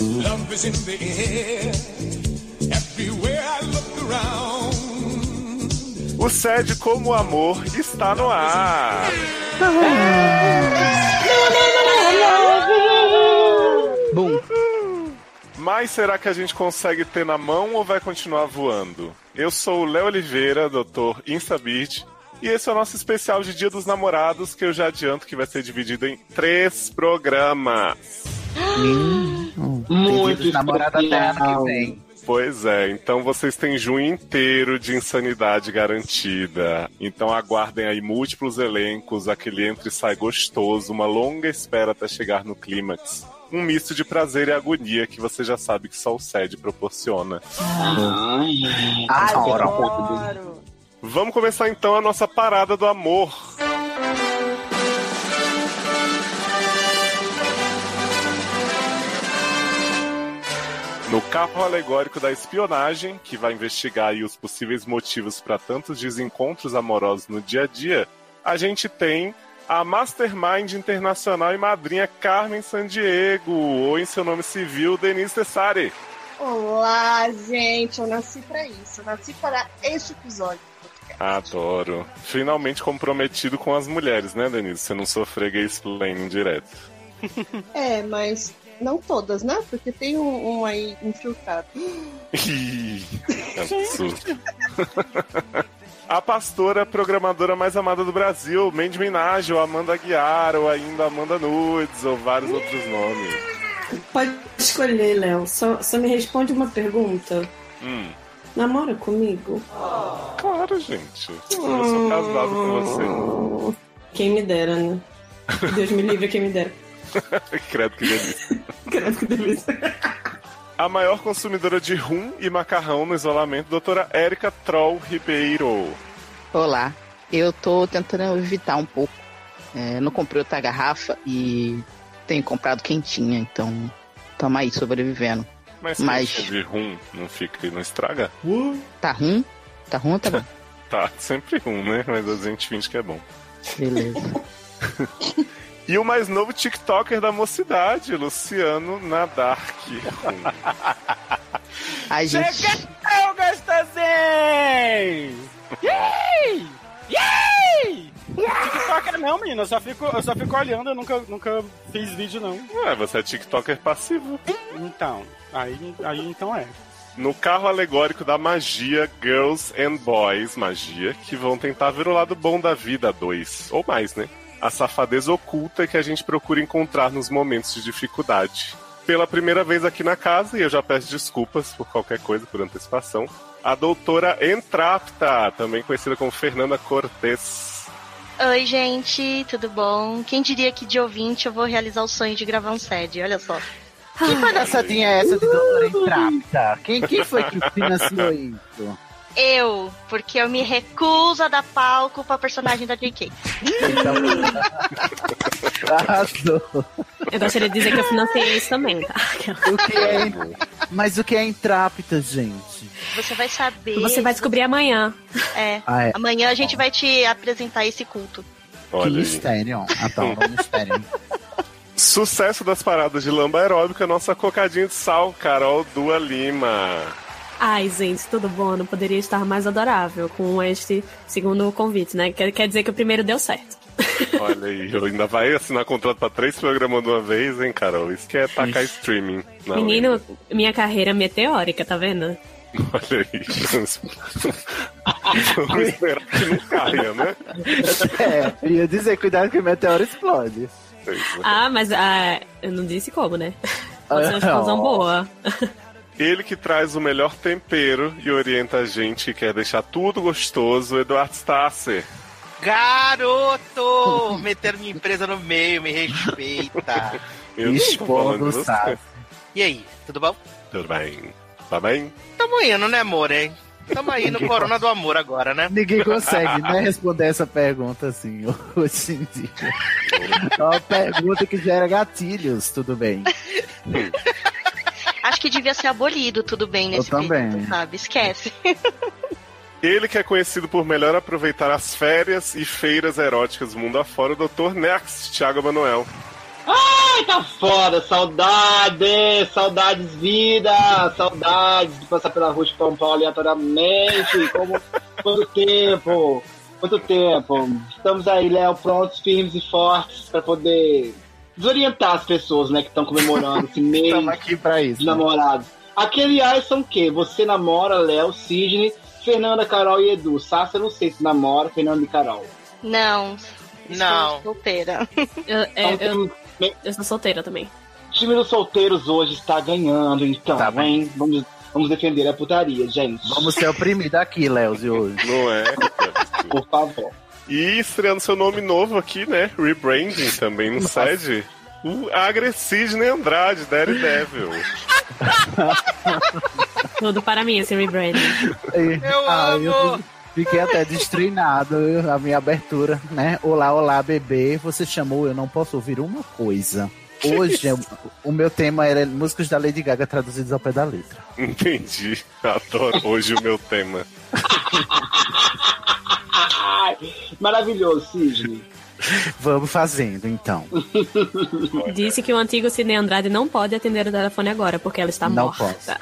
it's in the air. Everywhere I look around. O Sede como amor está no ar. Bom, Mas será que a gente consegue ter na mão ou vai continuar voando? Eu sou o Léo Oliveira, doutor Instabit, e esse é o nosso especial de Dia dos Namorados, que eu já adianto que vai ser dividido em três programas. Hum. muito namorada até ano especial. que vem. Pois é, então vocês têm junho inteiro de insanidade garantida. Então aguardem aí múltiplos elencos, aquele entra e sai gostoso, uma longa espera até chegar no clímax. Um misto de prazer e agonia que você já sabe que só o SED proporciona. Ai, Ai, adoro. Adoro. Vamos começar então a nossa parada do amor. No carro alegórico da espionagem, que vai investigar aí os possíveis motivos para tantos desencontros amorosos no dia a dia, a gente tem a Mastermind Internacional e madrinha Carmen Sandiego, ou em seu nome civil, Denise Tessari. Olá, gente. Eu nasci pra isso. Eu nasci para este episódio. Adoro. Finalmente comprometido com as mulheres, né, Denise? Você não sofrer gay explaining direto. É, mas não todas, né? Porque tem um, um aí infiltrado. Ih, que absurdo. A pastora programadora mais amada do Brasil, Mandy Minaj, ou Amanda Guiar, ou ainda Amanda Nudes, ou vários outros nomes. Pode escolher, Léo. Só, só me responde uma pergunta. Hum, Namora comigo? claro, gente. Eu sou casado com você. Quem me dera, né? Deus me livre, quem me dera. você. Credo que delícia. Credo que delícia. A maior consumidora de rum e macarrão no isolamento, doutora Érica Troll Ribeiro. Olá, eu tô tentando evitar um pouco. É, não comprei outra garrafa e tenho comprado quentinha, então tamo aí sobrevivendo. Mas, Mas- se de rum não fica e não estraga? Tá ruim? Tá ruim ou tá bom? Tá, sempre rum, né? Mas a gente finge que é bom. Beleza. E o mais novo TikToker da mocidade, Luciano Nadark. Ai, gente, Eu gostei! Yay! Yay! TikToker não, menina, eu só fico, eu só fico olhando, eu nunca, nunca fiz vídeo, não. Ué, você é TikToker passivo. Então, aí, aí então é. No carro alegórico da magia, Girls and Boys Magia, que vão tentar ver o lado bom da vida a dois, ou mais, né? A safadeza oculta que a gente procura encontrar nos momentos de dificuldade. Pela primeira vez aqui na casa, e eu já peço desculpas por qualquer coisa, por antecipação, a doutora Entrapta, também conhecida como Fernanda Cortez. Oi, gente, tudo bom? Quem diria que de ouvinte eu vou realizar o sonho de gravar um sede? Olha só. Ah. Que palhaçadinha é essa de doutora Entrapta? Quem, quem foi que financiou isso? Eu, porque eu me recuso a dar palco pra personagem da JK. Então, arrasou. Eu gostaria de dizer que eu financiei isso também, tá? O que é, mas o que é Entrapta, gente? Você vai saber. Você vai descobrir amanhã. É. Ah, é. Amanhã a gente vai te apresentar esse culto. Que Olha aí. mistério. Ah, tá, um mistério. Sucesso das paradas de lamba aeróbica, nossa cocadinha de sal, Carol Dua Lima. Ai, gente, tudo bom? Não poderia estar mais adorável com este segundo convite, né? Quer, quer dizer que o primeiro deu certo. Olha aí, eu ainda vai assinar contrato pra três programas de uma vez, hein, Carol? Isso que é tacar streaming. na Menino, lenda. minha carreira meteórica, tá vendo? Olha aí. Vamos esperar que não caia, né? É, ia dizer, cuidado que o meteoro explode. né? Ah, mas ah, eu não disse como, né? Pode ser uma explosão Oh. boa. Ele que traz o melhor tempero e orienta a gente e quer deixar tudo gostoso, Eduardo Stasser. Garoto! Meteram minha empresa no meio, me respeita. Eu não tô falando de Expondo, você. sabe? E aí, tudo bom? Tudo bem? Tá bem? Tamo indo, né, amor, hein? Tamo aí no Corona do Amor agora, né? Ninguém consegue, né, responder essa pergunta assim, hoje em dia. É uma pergunta que gera gatilhos, tudo bem. Acho que devia ser abolido, tudo bem, nesse Eu também. período, sabe? Esquece. Ele que é conhecido por melhor aproveitar as férias e feiras eróticas mundo afora, o Dr. Next, Thiago Manuel. Ai, tá foda, saudade, saudades vida, saudades de passar pela rua de São Paulo aleatoriamente, como quanto tempo, quanto tempo. Estamos aí, Léo, prontos, firmes e fortes para poder desorientar as pessoas, né, que estão comemorando esse mês aqui pra isso, de namorados. Aquele ar são o quê? Você namora, Léo, Sidney, Fernanda, Carol e Edu. Sassi, eu não sei se namora, Fernanda e Carol. Não. Não. Solteira. Eu, é, eu, eu sou solteira também. O time dos solteiros hoje está ganhando, então, Tá bom. hein? Vamos, vamos defender a putaria, gente. Vamos ser oprimidos aqui, Léo, de hoje. Não é? Por favor. E estreando seu nome novo aqui, né? Rebranding também no sede. O Agressidney Andrade, Daredevil. Tudo para mim esse rebranding. Eu amo! Fiquei até destreinado eu- a minha abertura, né? Olá, olá, bebê. Você chamou, eu não posso ouvir uma coisa. Hoje, eu- o meu tema era músicas da Lady Gaga traduzidas ao pé da letra. Entendi. Adoro hoje o meu tema. Ai, maravilhoso, Sidney. Vamos fazendo, então. Disse que o antigo Sidney Andrade não pode atender o telefone agora, porque ela está Não morta.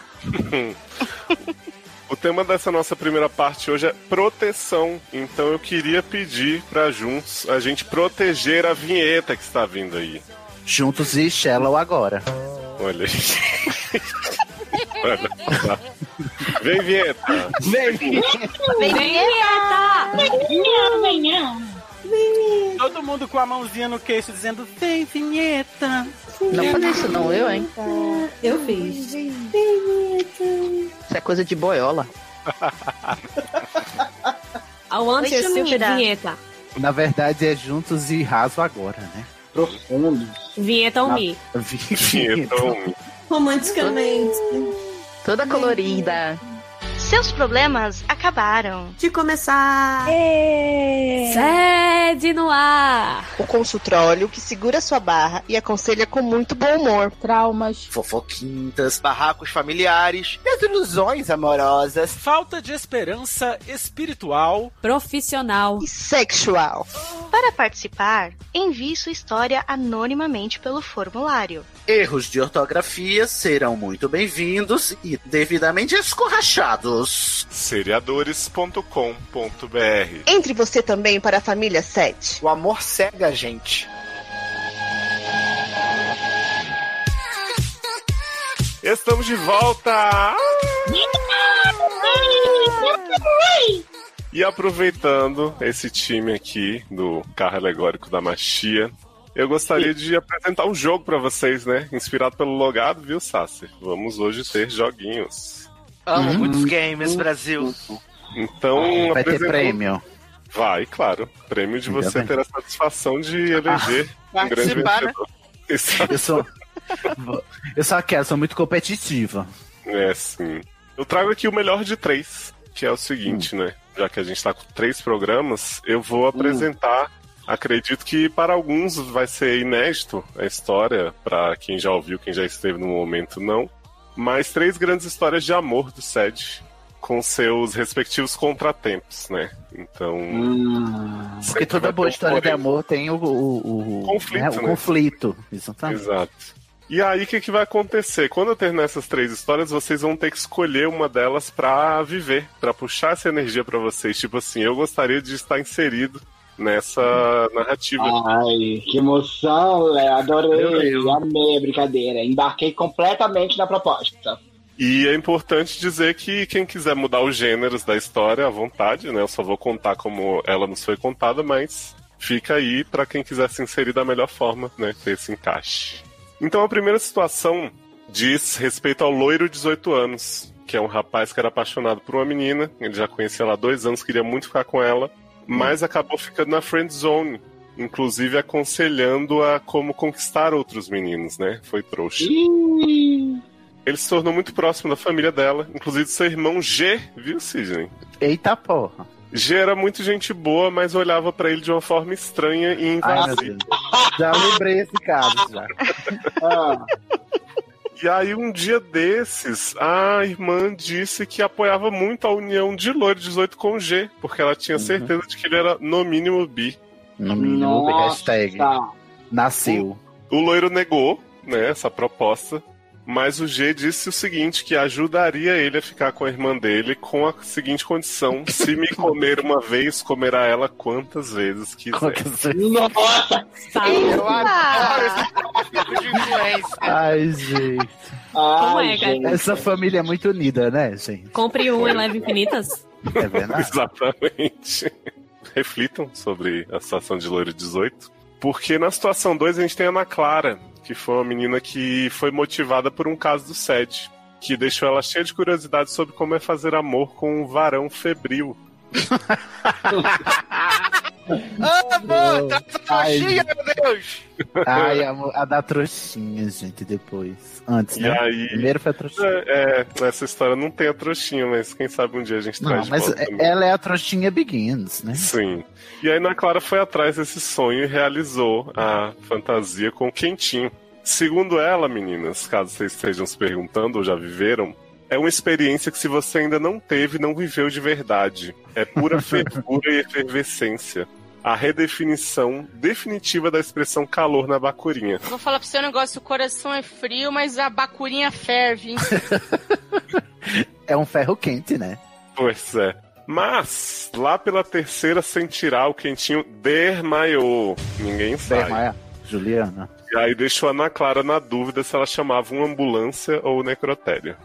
O tema dessa nossa primeira parte hoje é proteção. Então eu queria pedir pra juntos a gente proteger a vinheta que está vindo aí. Juntos e Shallow agora. Olha aí. Olha lá. Vem vinheta. Vem. Vem, tá? vinheta! Vinheta! Todo mundo com a mãozinha no queixo dizendo: Vem, vinheta! Não fazer isso não, eu, hein? Eu fiz. Isso é coisa de boiola. I want Oi, your stupid Samira. vinheta. Na verdade, é juntos e raso agora, né? Profundo. Vinheta on me. Vinheta on me. Romanticamente. Toda colorida. Seus problemas acabaram. De começar. Sede no ar. O consultório que segura sua barra e aconselha com muito bom humor. Traumas. Fofoquintas, barracos familiares, desilusões amorosas. Falta de esperança espiritual, profissional e sexual. Para participar, envie sua história anonimamente pelo formulário. Erros de ortografia serão muito bem-vindos e devidamente escorrachados. Seriadores.com.br Entre você também para a família 7. O amor cega a gente. Estamos de volta! E aproveitando esse time aqui do carro alegórico da Machia, eu gostaria de apresentar um jogo pra vocês, né? Inspirado pelo logado, viu, Sassi? Vamos hoje ter joguinhos. Uhum. Amo muitos games, Brasil. Então, Vai ter apresento- prêmio. Vai, claro. Prêmio de Ainda você bem. ter a satisfação de eleger Ah, um grande participar, né? vencedor. Exato. Eu sou. Eu só quero, sou muito competitiva. É, sim. Eu trago aqui o melhor de três, que é o seguinte, né? Já que a gente tá com três programas, eu vou apresentar. Acredito que para alguns vai ser inédito a história, para quem já ouviu, quem já esteve no momento, não. Mas três grandes histórias de amor do Sede, com seus respectivos contratempos, né? Então. Hum. Porque toda um boa história de amor tem o, o, o Conflito, né, o né? conflito. Exatamente. Exato. E aí, o que, que vai acontecer? Quando eu terminar essas três histórias, vocês vão ter que escolher uma delas pra viver, pra puxar essa energia pra vocês. Tipo assim, eu gostaria de estar inserido nessa narrativa. Ai, que emoção, Léo. Adorei. Amei a brincadeira. Embarquei completamente na proposta. E é importante dizer que quem quiser mudar os gêneros da história à vontade, né? Eu só vou contar como ela nos foi contada, mas fica aí pra quem quiser se inserir da melhor forma, né? Ter esse encaixe. Então a primeira situação diz respeito ao loiro 18 anos, que é um rapaz que era apaixonado por uma menina, ele já conhecia ela há dois anos, queria muito ficar com ela, mas acabou ficando na friend zone, inclusive aconselhando-a como conquistar outros meninos, né? Foi trouxa. Ele se tornou muito próximo da família dela, inclusive do seu irmão G, viu, Sidney? Eita porra. G era muito gente boa, mas olhava pra ele de uma forma estranha e Ai, meu invasiva. Deus. Já lembrei esse caso já. E aí, um dia desses, a irmã disse que apoiava muito a união de Loiro 18 com G, porque ela tinha certeza de que ele era, Uhum. no mínimo, bi. No mínimo, Nossa. hashtag. Nasceu. O loiro negou, né, essa proposta, mas o G disse o seguinte, que ajudaria ele a ficar com a irmã dele com a seguinte condição, se me comer uma vez, comerá ela quantas vezes quiser. Nossa! Eu adoro esse tipo de influência. Ai, gente. Como é, gente? cara? Essa família é muito unida, né, gente? Compre um e leve infinitas. É verdade. Exatamente. Reflitam sobre a situação de loiro 18. Porque na situação 2 a gente tem a Ana Clara, que foi uma menina que foi motivada por um caso do SED, que deixou ela cheia de curiosidade sobre como é fazer amor com um varão febril. Amor, tá Ah. trouxinha, Ai, meu Deus! Ai, a, mo- a da trouxinha, gente, depois. Antes, E né? aí- Primeiro foi a trouxinha. É, é, essa história não tem a trouxinha, mas quem sabe um dia a gente Não, traz mas de volta. é- ela é a trouxinha Begins, né? Sim. E aí Ana Clara foi atrás desse sonho e realizou a fantasia com o Quentinho. Segundo ela, meninas, caso vocês estejam se perguntando ou já viveram, é uma experiência que se você ainda não teve, não viveu de verdade. É pura fervura e efervescência. A redefinição definitiva da expressão calor na bacurinha. Vou falar pra você um negócio, o coração é frio, mas a bacurinha ferve. hein? É um ferro quente, né? Pois é. Mas, lá pela terceira sentirá o quentinho dermaiou. Ninguém sabe. Dermaia. é, Juliana. E aí deixou a Ana Clara na dúvida se ela chamava uma ambulância ou um necrotério.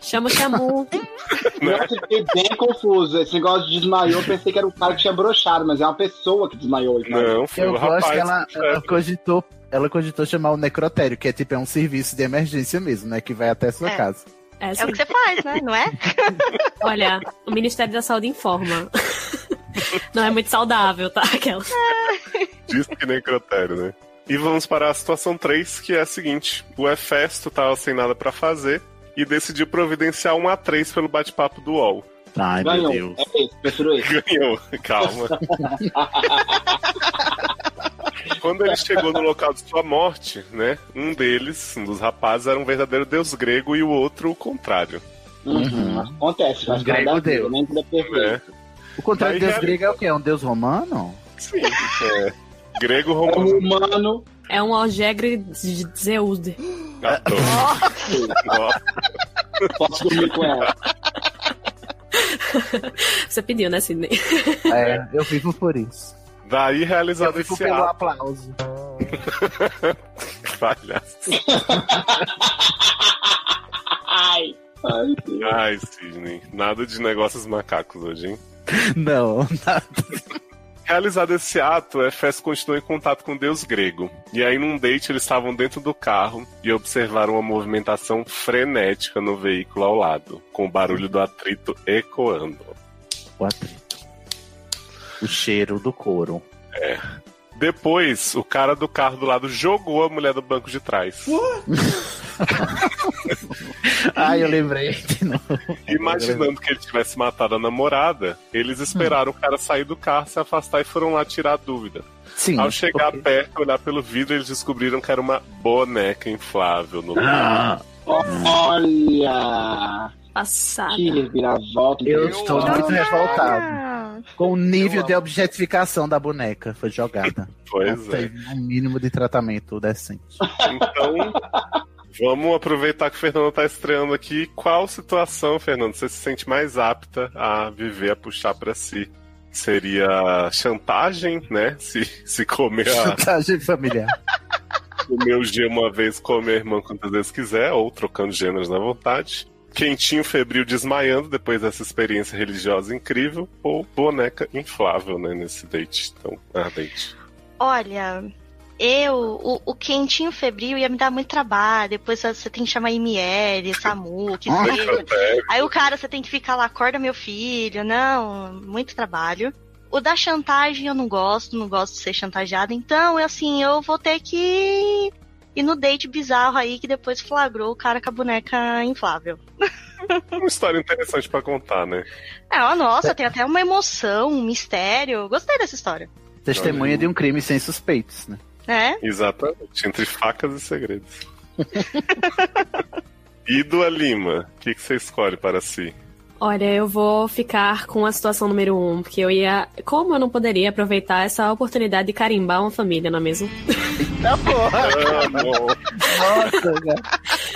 Chama o Xamu. Eu fiquei bem confuso. Esse negócio de desmaiou, eu pensei que era um cara que tinha brochado, mas é uma pessoa que desmaiou. então. Não, foi Eu gosto que ela, é. ela cogitou. Ela cogitou chamar o necrotério, que é tipo é um serviço de emergência mesmo, né? Que vai até a sua É. casa. é o que você faz, né? Não é? Olha, o Ministério da Saúde informa. Não é muito saudável, tá, Aquela. Diz que necrotério, né? E vamos para a situação 3, que é a seguinte: o Hefesto tava sem nada pra fazer e decidiu providenciar um A3 pelo bate-papo do UOL. Ai, meu Ganhou. Deus. É isso, prefiro isso. Ganhou, calma. Quando ele chegou no local de sua morte, né? Um deles, um dos rapazes, era um verdadeiro deus grego e o outro o contrário. Uhum. Acontece, mas Um grego cada deu. nem tudo é perfeito. O contrário Aí de Deus realizou. grego é o quê? É um Deus romano? Sim. É. Grego romano. um Humano. É um algegre de Zeus. Posso dormir com ela. Você pediu, né, Sidney? É, eu vivo por isso. Daí realizado eu vivo esse pelo ato. aplauso. Palhaço. Ai. Ai, Sidney. Nada de negócios macacos hoje, hein? Não, nada. Realizado esse ato, Efesto continuou em contato com o deus grego. E aí, num date, eles estavam dentro do carro e observaram uma movimentação frenética no veículo ao lado, com o barulho do atrito ecoando. O atrito. O cheiro do couro. É. Depois, o cara do carro do lado jogou a mulher do banco de trás. Ai, eu lembrei. Imaginando que ele tivesse matado a namorada, eles esperaram o cara sair do carro, se afastar e foram lá tirar a dúvida. Sim, Ao chegar perto, olhar pelo vidro, eles descobriram que era uma boneca inflável no carro. Olha! Passada. ah, Que reviravolta. Eu estou muito revoltado. Com o nível Eu de objetificação da boneca. Foi jogada. Pois Não é. teve um mínimo de tratamento decente. Então, vamos aproveitar que o Fernando está estreando aqui. Qual situação, Fernando, você se sente mais apta a viver, a puxar para si? Seria chantagem, né? Se, se comer a, Chantagem familiar. comer o G uma vez, comer a irmã quantas vezes quiser, ou trocando gêneros na vontade. Quentinho, febril, desmaiando depois dessa experiência religiosa incrível, ou boneca inflável, né, nesse date. Então, ah, date. Olha, eu, o, o quentinho febril ia me dar muito trabalho. Depois você tem que chamar ML, SAMU, que seja. Aí o cara, você tem que ficar lá, acorda meu filho. Não, muito trabalho. O da chantagem eu não gosto, não gosto de ser chantageada. Então, é assim, eu vou ter que ir no date bizarro aí que depois flagrou o cara com a boneca inflável. Uma história interessante pra contar, né? É, ó, nossa, tem até uma emoção, um mistério. Gostei dessa história. Testemunha de um crime sem suspeitos, né? É? Exatamente, entre facas e segredos. Ídola Lima, o que, que você escolhe para si? Olha, eu vou ficar com a situação número um, Uhum. porque eu ia. Como eu não poderia aproveitar essa oportunidade de carimbar uma família, não é mesmo? Eita porra! Nossa, cara.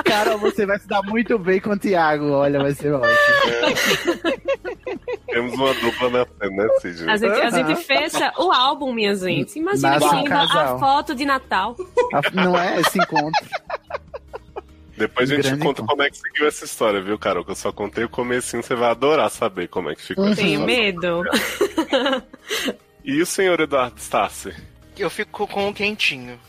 Carol, você vai se dar muito bem com o Thiago. Olha, vai ser ótimo. Temos uma dupla na cena, né, Cid? A gente, a gente Aham. fecha o álbum, minha gente. Imagina Nasce que um linda a casal. foto de Natal. A- Não é esse encontro. Depois a gente Grande conta como é que seguiu essa história, viu, Carol? Que eu só contei o comecinho, você vai adorar saber como é que ficou essa Tenho história. medo. E o senhor Eduardo Stassi? Eu fico com o quentinho.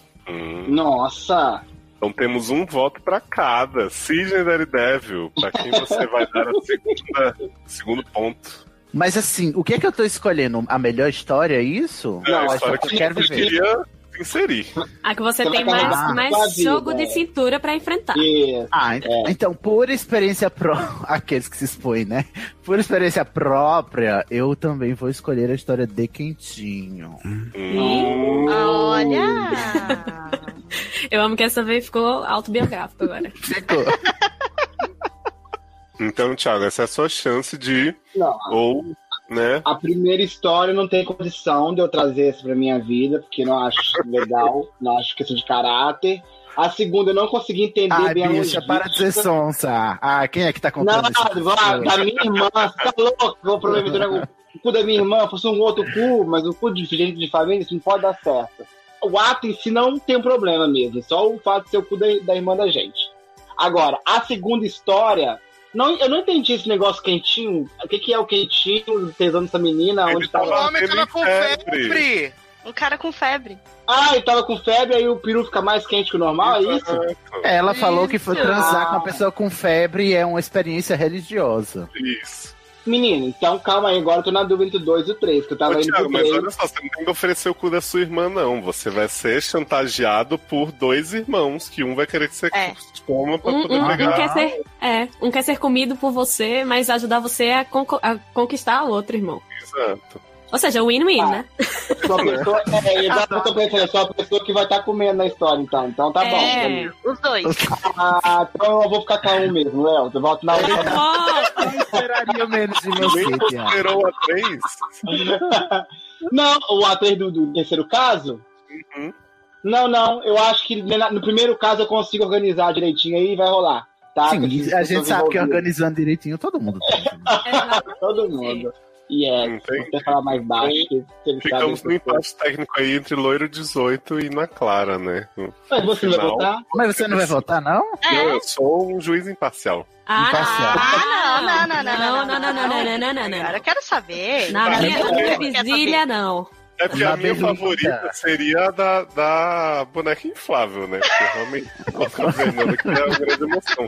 Nossa! Então temos um voto pra cada. Sidney Daredevil, pra quem você vai dar a segunda, segundo ponto. Mas assim, o que é que eu tô escolhendo? A melhor história, é isso? É a Não, é só história que eu que quero eu viver. queria inserir. A que você Você tem vai mais, acabar com a mais vida, jogo de é. cintura pra enfrentar. Ah, ent- então, por experiência própria, aqueles que se expõem, né? Por experiência própria, eu também vou escolher a história de Quentinho. Olha! Eu amo que essa vez ficou autobiográfico agora. Ficou. Então, Thiago, essa é a sua chance de. Não. Ou, né? A primeira história não tem condição de eu trazer isso pra minha vida, porque não acho legal, não acho questão de caráter. A segunda eu não consegui entender Ai, bem a bicha, logística. Ah, é para de ser sonsa. Ah, quem é que tá Hum. Não, contando isso? vá, da minha irmã, você tá louco? Vou aproveitar o o cu da minha irmã, fosse um outro cu, mas um cu de gente de família, isso não pode dar certo. O ato em si não tem um problema mesmo, só o fato de ser o cu da, da irmã da gente. Agora, a segunda história, não, eu não entendi esse negócio quentinho. O que, que é o quentinho, os seis anos dessa menina, onde tava... O homem tava com febre. Um cara com febre. Ah, ele tava com febre, aí o peru fica mais quente que o normal, é isso? Ah. Ela falou que foi Isso. transar com uma pessoa com febre é uma experiência religiosa. Isso. Menino, então calma aí, agora eu tô na dúvida entre o 2 e o 3, que eu tava Ô, indo pro Thiago, mas três. olha só, você não tem que oferecer o cu da sua irmã, não. Você vai ser chantageado por dois irmãos, que um vai querer que você coma pra Um, poder um- um pegar. quer ser, é, um quer ser comido por você, mas ajudar você a, conco- a conquistar o outro irmão. Exato. Ou seja, win-win, né? Sua pessoa, é, é, dá pra você conhecer, só a pessoa que vai estar comendo na história, então. Então tá bom. É, os dois. Ah, então eu vou ficar com a um mesmo, Léo. Eu volto na outra. Eu esperaria menos de você, Nem considerou a três? Uhum. Não, o atriz do, do terceiro caso? Não, não. Eu acho que na- no primeiro caso eu consigo organizar direitinho aí e vai rolar. Tá? Sim, Com e essas a pessoas gente sabe que envolvidas. organizando direitinho todo mundo. Todo mundo. E é, você falar mais baixo. que Você Ficamos no sabe. empate técnico aí entre Loiro 18 e na Clara, né? No Mas você não vai final- votar? Mas você não vai votar, não? Não, É. eu sou um juiz imparcial. Ah, não, não, não, não, não, não, não, não, não, não, não, não. Agora eu quero saber. Na Tá, minha, tá na minha bom. visilha, não. É porque Uma a minha berlinda. favorita seria a da, da boneca inflável, né? Porque realmente colocar o Fernando aqui é uma grande emoção.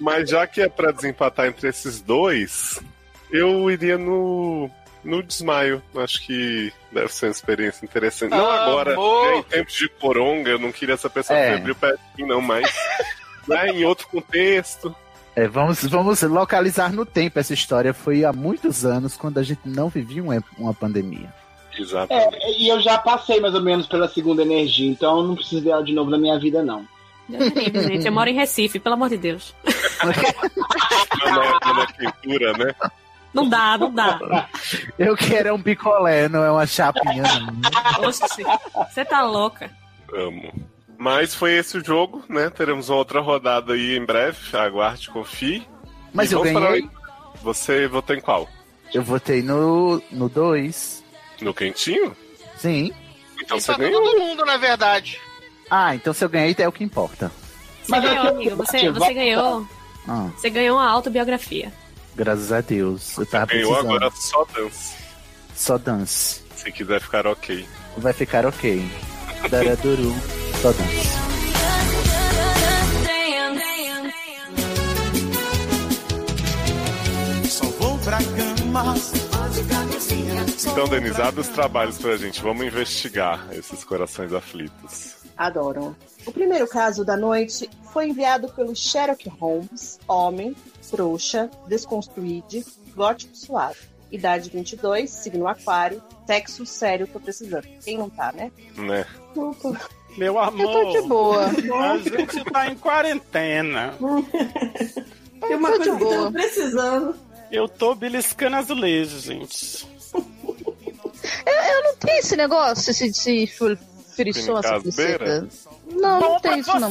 Mas já que é pra desempatar entre esses dois, eu iria no, no desmaio. Acho que deve ser uma experiência interessante. Não Ah, agora, amor! né, em tempos de coronga, eu não queria essa pessoa É. que abriu o pé de mim, não, mas né, em outro contexto. É, vamos, vamos localizar no tempo. Essa história foi há muitos anos, quando a gente não vivia uma, uma pandemia. Exato. É, e eu já passei mais ou menos pela segunda energia, então eu não preciso dela de novo na minha vida, não. Deus me livre, gente. Eu moro em Recife, pelo amor de Deus. Não é pela pintura, né? Não dá, não dá. Eu quero é um picolé, não é uma chapinha, não. Oxi, você tá louca. Amo. Mas foi esse o jogo, né? Teremos uma outra rodada aí em breve. Aguarde, confie. Mas E eu vamos para ganhei. o- Você votou em qual? Eu votei no 2. No dois. No quentinho? Sim. Então Só com todo mundo, na verdade. Ah, então se eu ganhei, é o que importa. Você ganhou, amigo. Você, você ganhou. Ah, Você ganhou uma autobiografia. graças a Deus. Eu tava Ganhou Tá precisando. agora só dance. Só dance. Se quiser ficar ok. Vai ficar ok. Daraduru. Só dance. Só vou pra cama. Então, Denise, abre os trabalhos pra gente. Vamos investigar esses corações aflitos. Adoram. O primeiro caso da noite foi enviado pelo Sherlock Holmes, homem, trouxa, desconstruído, gótico suave. Idade 22, signo aquário, sexo sério, tô precisando. Quem não tá, né? Né? Meu amor. Eu tô de boa. A gente tá em quarentena. Tem uma coisa que eu tô precisando. Eu tô beliscando azulejo, gente. Eu, eu não tenho esse negócio, esse, esse ful- Frição assim. essa Casbeira? princesa? Não, não tem isso não.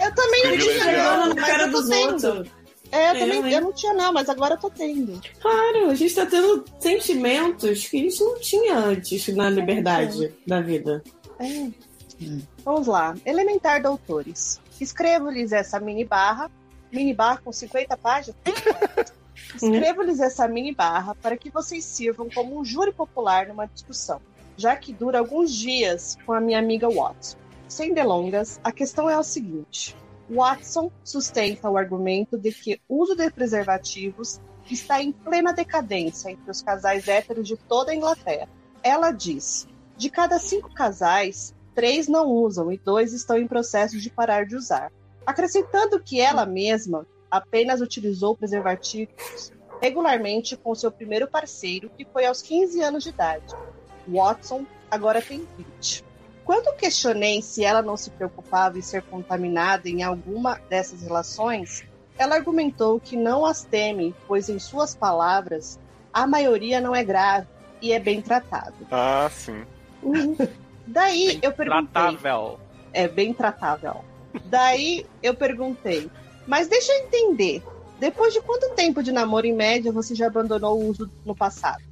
Eu também não tinha, Privilegiado. não, mas eu tô tendo. É, eu É, também né? eu não tinha, não, mas agora eu tô tendo. Claro, a gente tá tendo sentimentos que a gente não tinha antes na liberdade da vida. É. Vamos lá. Elementar Doutores. Escrevo-lhes essa mini barra. Mini barra com 50 páginas? Escrevo-lhes essa mini barra para que vocês sirvam como um júri popular numa discussão, já que dura alguns dias com a minha amiga Watson. Sem delongas, a questão é a seguinte: Watson sustenta o argumento de que o uso de preservativos está em plena decadência entre os casais héteros de toda a Inglaterra. Ela diz: de cada cinco casais, três não usam e dois estão em processo de parar de usar. Acrescentando que ela mesma apenas utilizou preservativos regularmente com seu primeiro parceiro, que foi aos 15 anos de idade. Watson agora tem 20. Quando questionei se ela não se preocupava em ser contaminada em alguma dessas relações, ela argumentou que não as teme, pois, em suas palavras, a maioria não é grave e é bem tratado. Ah, sim. Uhum. Daí eu perguntei. Tratável. É bem tratável. Daí eu perguntei. Mas deixa eu entender. Depois de quanto tempo de namoro em média você já abandonou o uso no passado?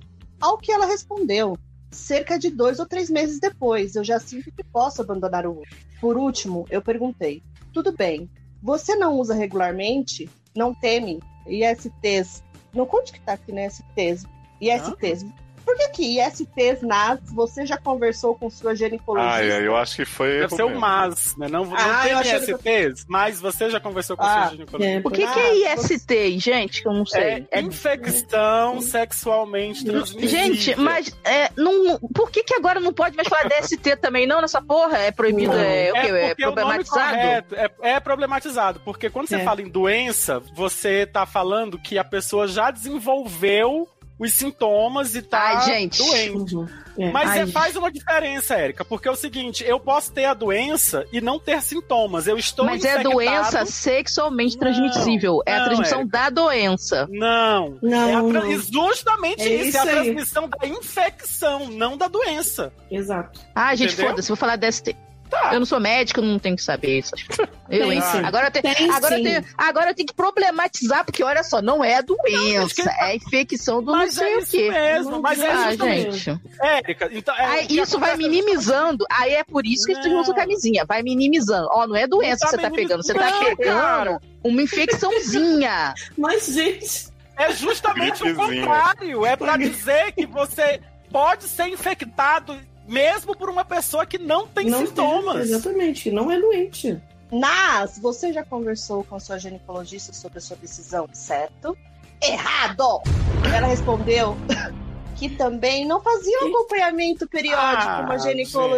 Ao que ela respondeu. Cerca de dois ou três meses depois, eu já sinto que posso abandonar o uso. Por último, eu perguntei: tudo bem, você não usa regularmente? Não teme ISTs? Não conte que tá aqui, né? ISTs. ISTs. Por que que ISTs nas você já conversou com sua ginecologista? Ai, ai, eu acho que foi. Deve erro ser o mesmo. mas, né? Não, não Ah, eu tem achei que ISTs, mas você já conversou com Ah, o seu ginecologista. O que, que é IST, gente? Que eu não sei. É infecção sexualmente transmissível. Gente, mas é, não, por que, que agora não pode mais falar DST também, não? Nessa porra? É proibido? É, o quê? É, porque o nome problematizado? correto- é, é problematizado, porque quando você É. fala em doença, você tá falando que a pessoa já desenvolveu os sintomas e tá Ai, gente. doente. Uhum. É. Mas Ai, é, faz uma diferença, Érica, porque é o seguinte, eu posso ter a doença e não ter sintomas. Eu estou Mas é infectado. doença sexualmente transmissível. É a não, transmissão Érica. da doença. Não. Não. É a tra- e Justamente É isso, é a isso aí. transmissão da infecção, não da doença. Exato. Ah, gente, Entendeu? Tá. foda-se, vou falar DST. Eu não sou médico, eu não tenho que saber essas coisas. Eu, Tem hein? sim. Agora, eu tenho- Tem agora, eu sim. tenho, agora eu tenho que problematizar, porque olha só, não é doença, é infecção do Mas não sei é o isso quê. mesmo, mas é ah, justamente- gente. Érica, então. é, Aí o que isso vai minimizando, aí é por isso que as pessoas usam camisinha, vai minimizando. Ó, não é doença Não que tá você tá pegando, você tá minimizando, pegando cara. uma infecçãozinha. Mas, gente. É justamente o Gripezinha. contrário. É pra dizer que você pode ser infectado mesmo por uma pessoa que não tem Não tem, sintomas. exatamente, não é doente. Nas, você já conversou com a sua ginecologista sobre a sua decisão, certo? Errado! Ela respondeu que também não fazia um acompanhamento periódico Ah, com uma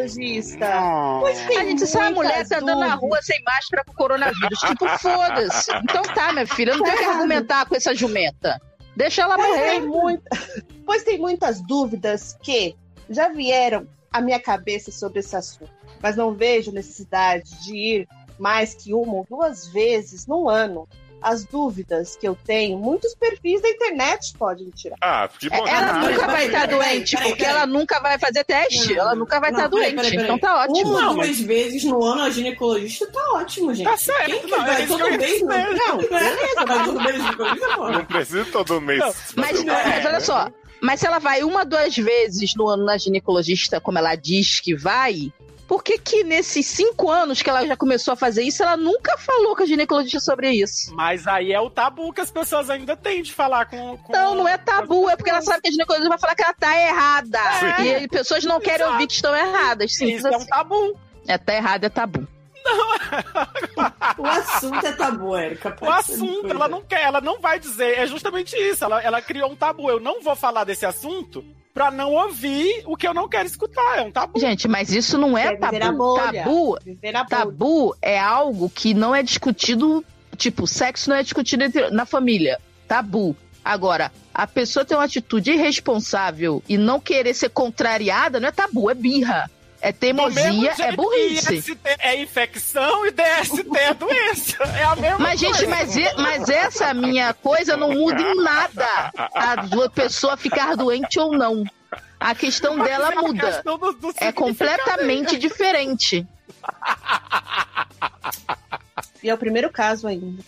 ginecologista. gente. Pois tem A gente sabe, a mulher muitas tá andando na dúvidas. rua sem máscara com coronavírus. Tipo, foda-se. Então tá, minha filha, eu não tenho o que argumentar com essa jumenta. Deixa ela Pois morrer. tem, muita- pois tem muitas dúvidas que já vieram à minha cabeça sobre esse assunto, mas não vejo necessidade de ir mais que uma ou duas vezes no ano. As dúvidas que eu tenho, muitos perfis da internet podem tirar. Ah, de bom. Ela Ah, nunca vai peraí, tá peraí, estar doente, peraí, porque peraí. ela nunca vai fazer teste. Ela nunca vai estar Não, peraí, doente. peraí, peraí. Então tá ótimo. Uma, duas vezes no ano a ginecologista tá ótimo, gente. Tá certo, Quem que não, é vai isso que eu todo ia mês? Não, dizer. não, beleza, vai todo mês no ginecologista, pô. Não precisa todo mês. Mas, mas olha só, mas se ela vai uma, duas vezes no ano na ginecologista, como ela diz que vai, por que que nesses cinco anos que ela já começou a fazer isso, ela nunca falou com a ginecologista sobre isso? Mas aí é o tabu que as pessoas ainda têm de falar com. com... Então não é tabu, é porque ela sabe que a ginecologista vai falar que ela tá errada. É. E aí pessoas não querem Exato. ouvir que estão erradas. Simples Isso é um assim. tabu. É, tá errado, é tabu. O assunto é tabu, Érica. O assunto, ela não quer, ela não vai dizer. É justamente isso. Ela, ela criou um tabu. Eu não vou falar desse assunto pra não ouvir o que eu não quero escutar. É um tabu. Gente, mas isso não é Quer viver a tabu. bolha. Tabu, Viver a bolha. tabu é algo que não é discutido. Tipo, sexo não é discutido entre- na família. Tabu. Agora, a pessoa ter uma atitude irresponsável e não querer ser contrariada não é tabu, é birra. É teimosia, é burrice. IST é infecção e DST é doença. É a mesma Mas, coisa. gente, mas, e- mas essa minha coisa não muda em nada a do- pessoa ficar doente ou não. A questão dela muda. É completamente diferente. E é o primeiro caso ainda.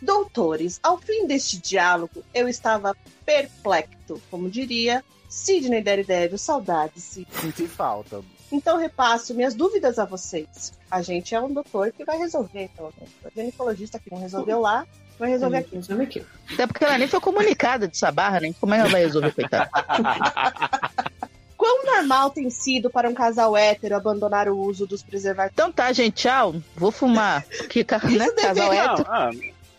Doutores, ao fim deste diálogo, eu estava perplexo, como diria Sidney Daredevil, saudades. Senti falta. Então repasso minhas dúvidas a vocês. A gente é um doutor que vai resolver. Então, o ginecologista que não resolveu lá, vai resolver aqui. Uhum. Resolve aqui. Até porque ela nem foi comunicada dessa barra, né? Como é que ela vai resolver, coitada? Quão normal tem sido para um casal hétero abandonar o uso dos preservativos? Então tá, gente, tchau. Vou fumar. Que ca- né? casal Não, hétero. ah,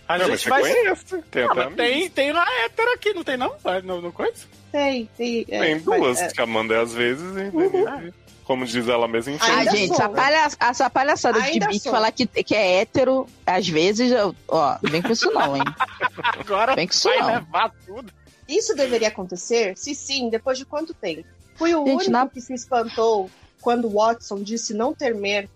Ah, não, mas você conhece. Tem Não, até mas tem, tem na hétero aqui, não tem não? Vai, Não, não coisa? Tem, tem. é, Tem vai- duas é. que a Amanda é às vezes, e como diz ela mesma, enfim. Ah, gente, essa, palha- essa palhaçada Ainda de bicho sou. falar que, que é hétero, às vezes, eu- ó, vem com isso não, hein? Agora né? vem com isso vai não. levar Isso deveria acontecer? Se sim, depois de quanto tempo? Fui o Gente, único na- que se espantou quando Watson disse não temer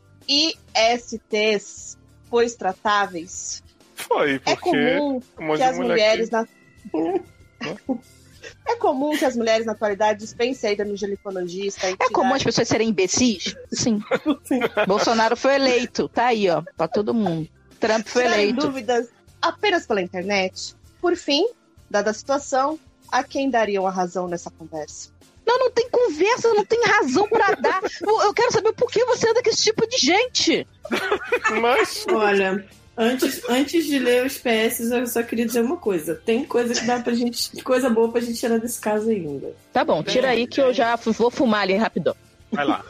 ISTs, pois tratáveis. Foi, É porque. comum um monte que de as mulher mulheres que- na... É comum que as mulheres na atualidade dispensem a ida no ginecologista. É comum as pessoas serem imbecis? Sim. Bolsonaro foi eleito, tá aí, ó, pra todo mundo. Trump foi Tirarem eleito. dúvidas apenas pela internet. Por fim, dada a situação, a quem dariam a razão nessa conversa? Não, não tem conversa, não tem razão pra dar. Eu eu quero saber por que você anda com esse tipo de gente. Mas. Olha, antes, antes de ler os PS, eu só queria dizer uma coisa. Tem coisa que dá pra gente. coisa boa pra gente tirar desse caso ainda. Tá bom, tira aí que eu já fu- vou fumar ali rapidão. Vai lá.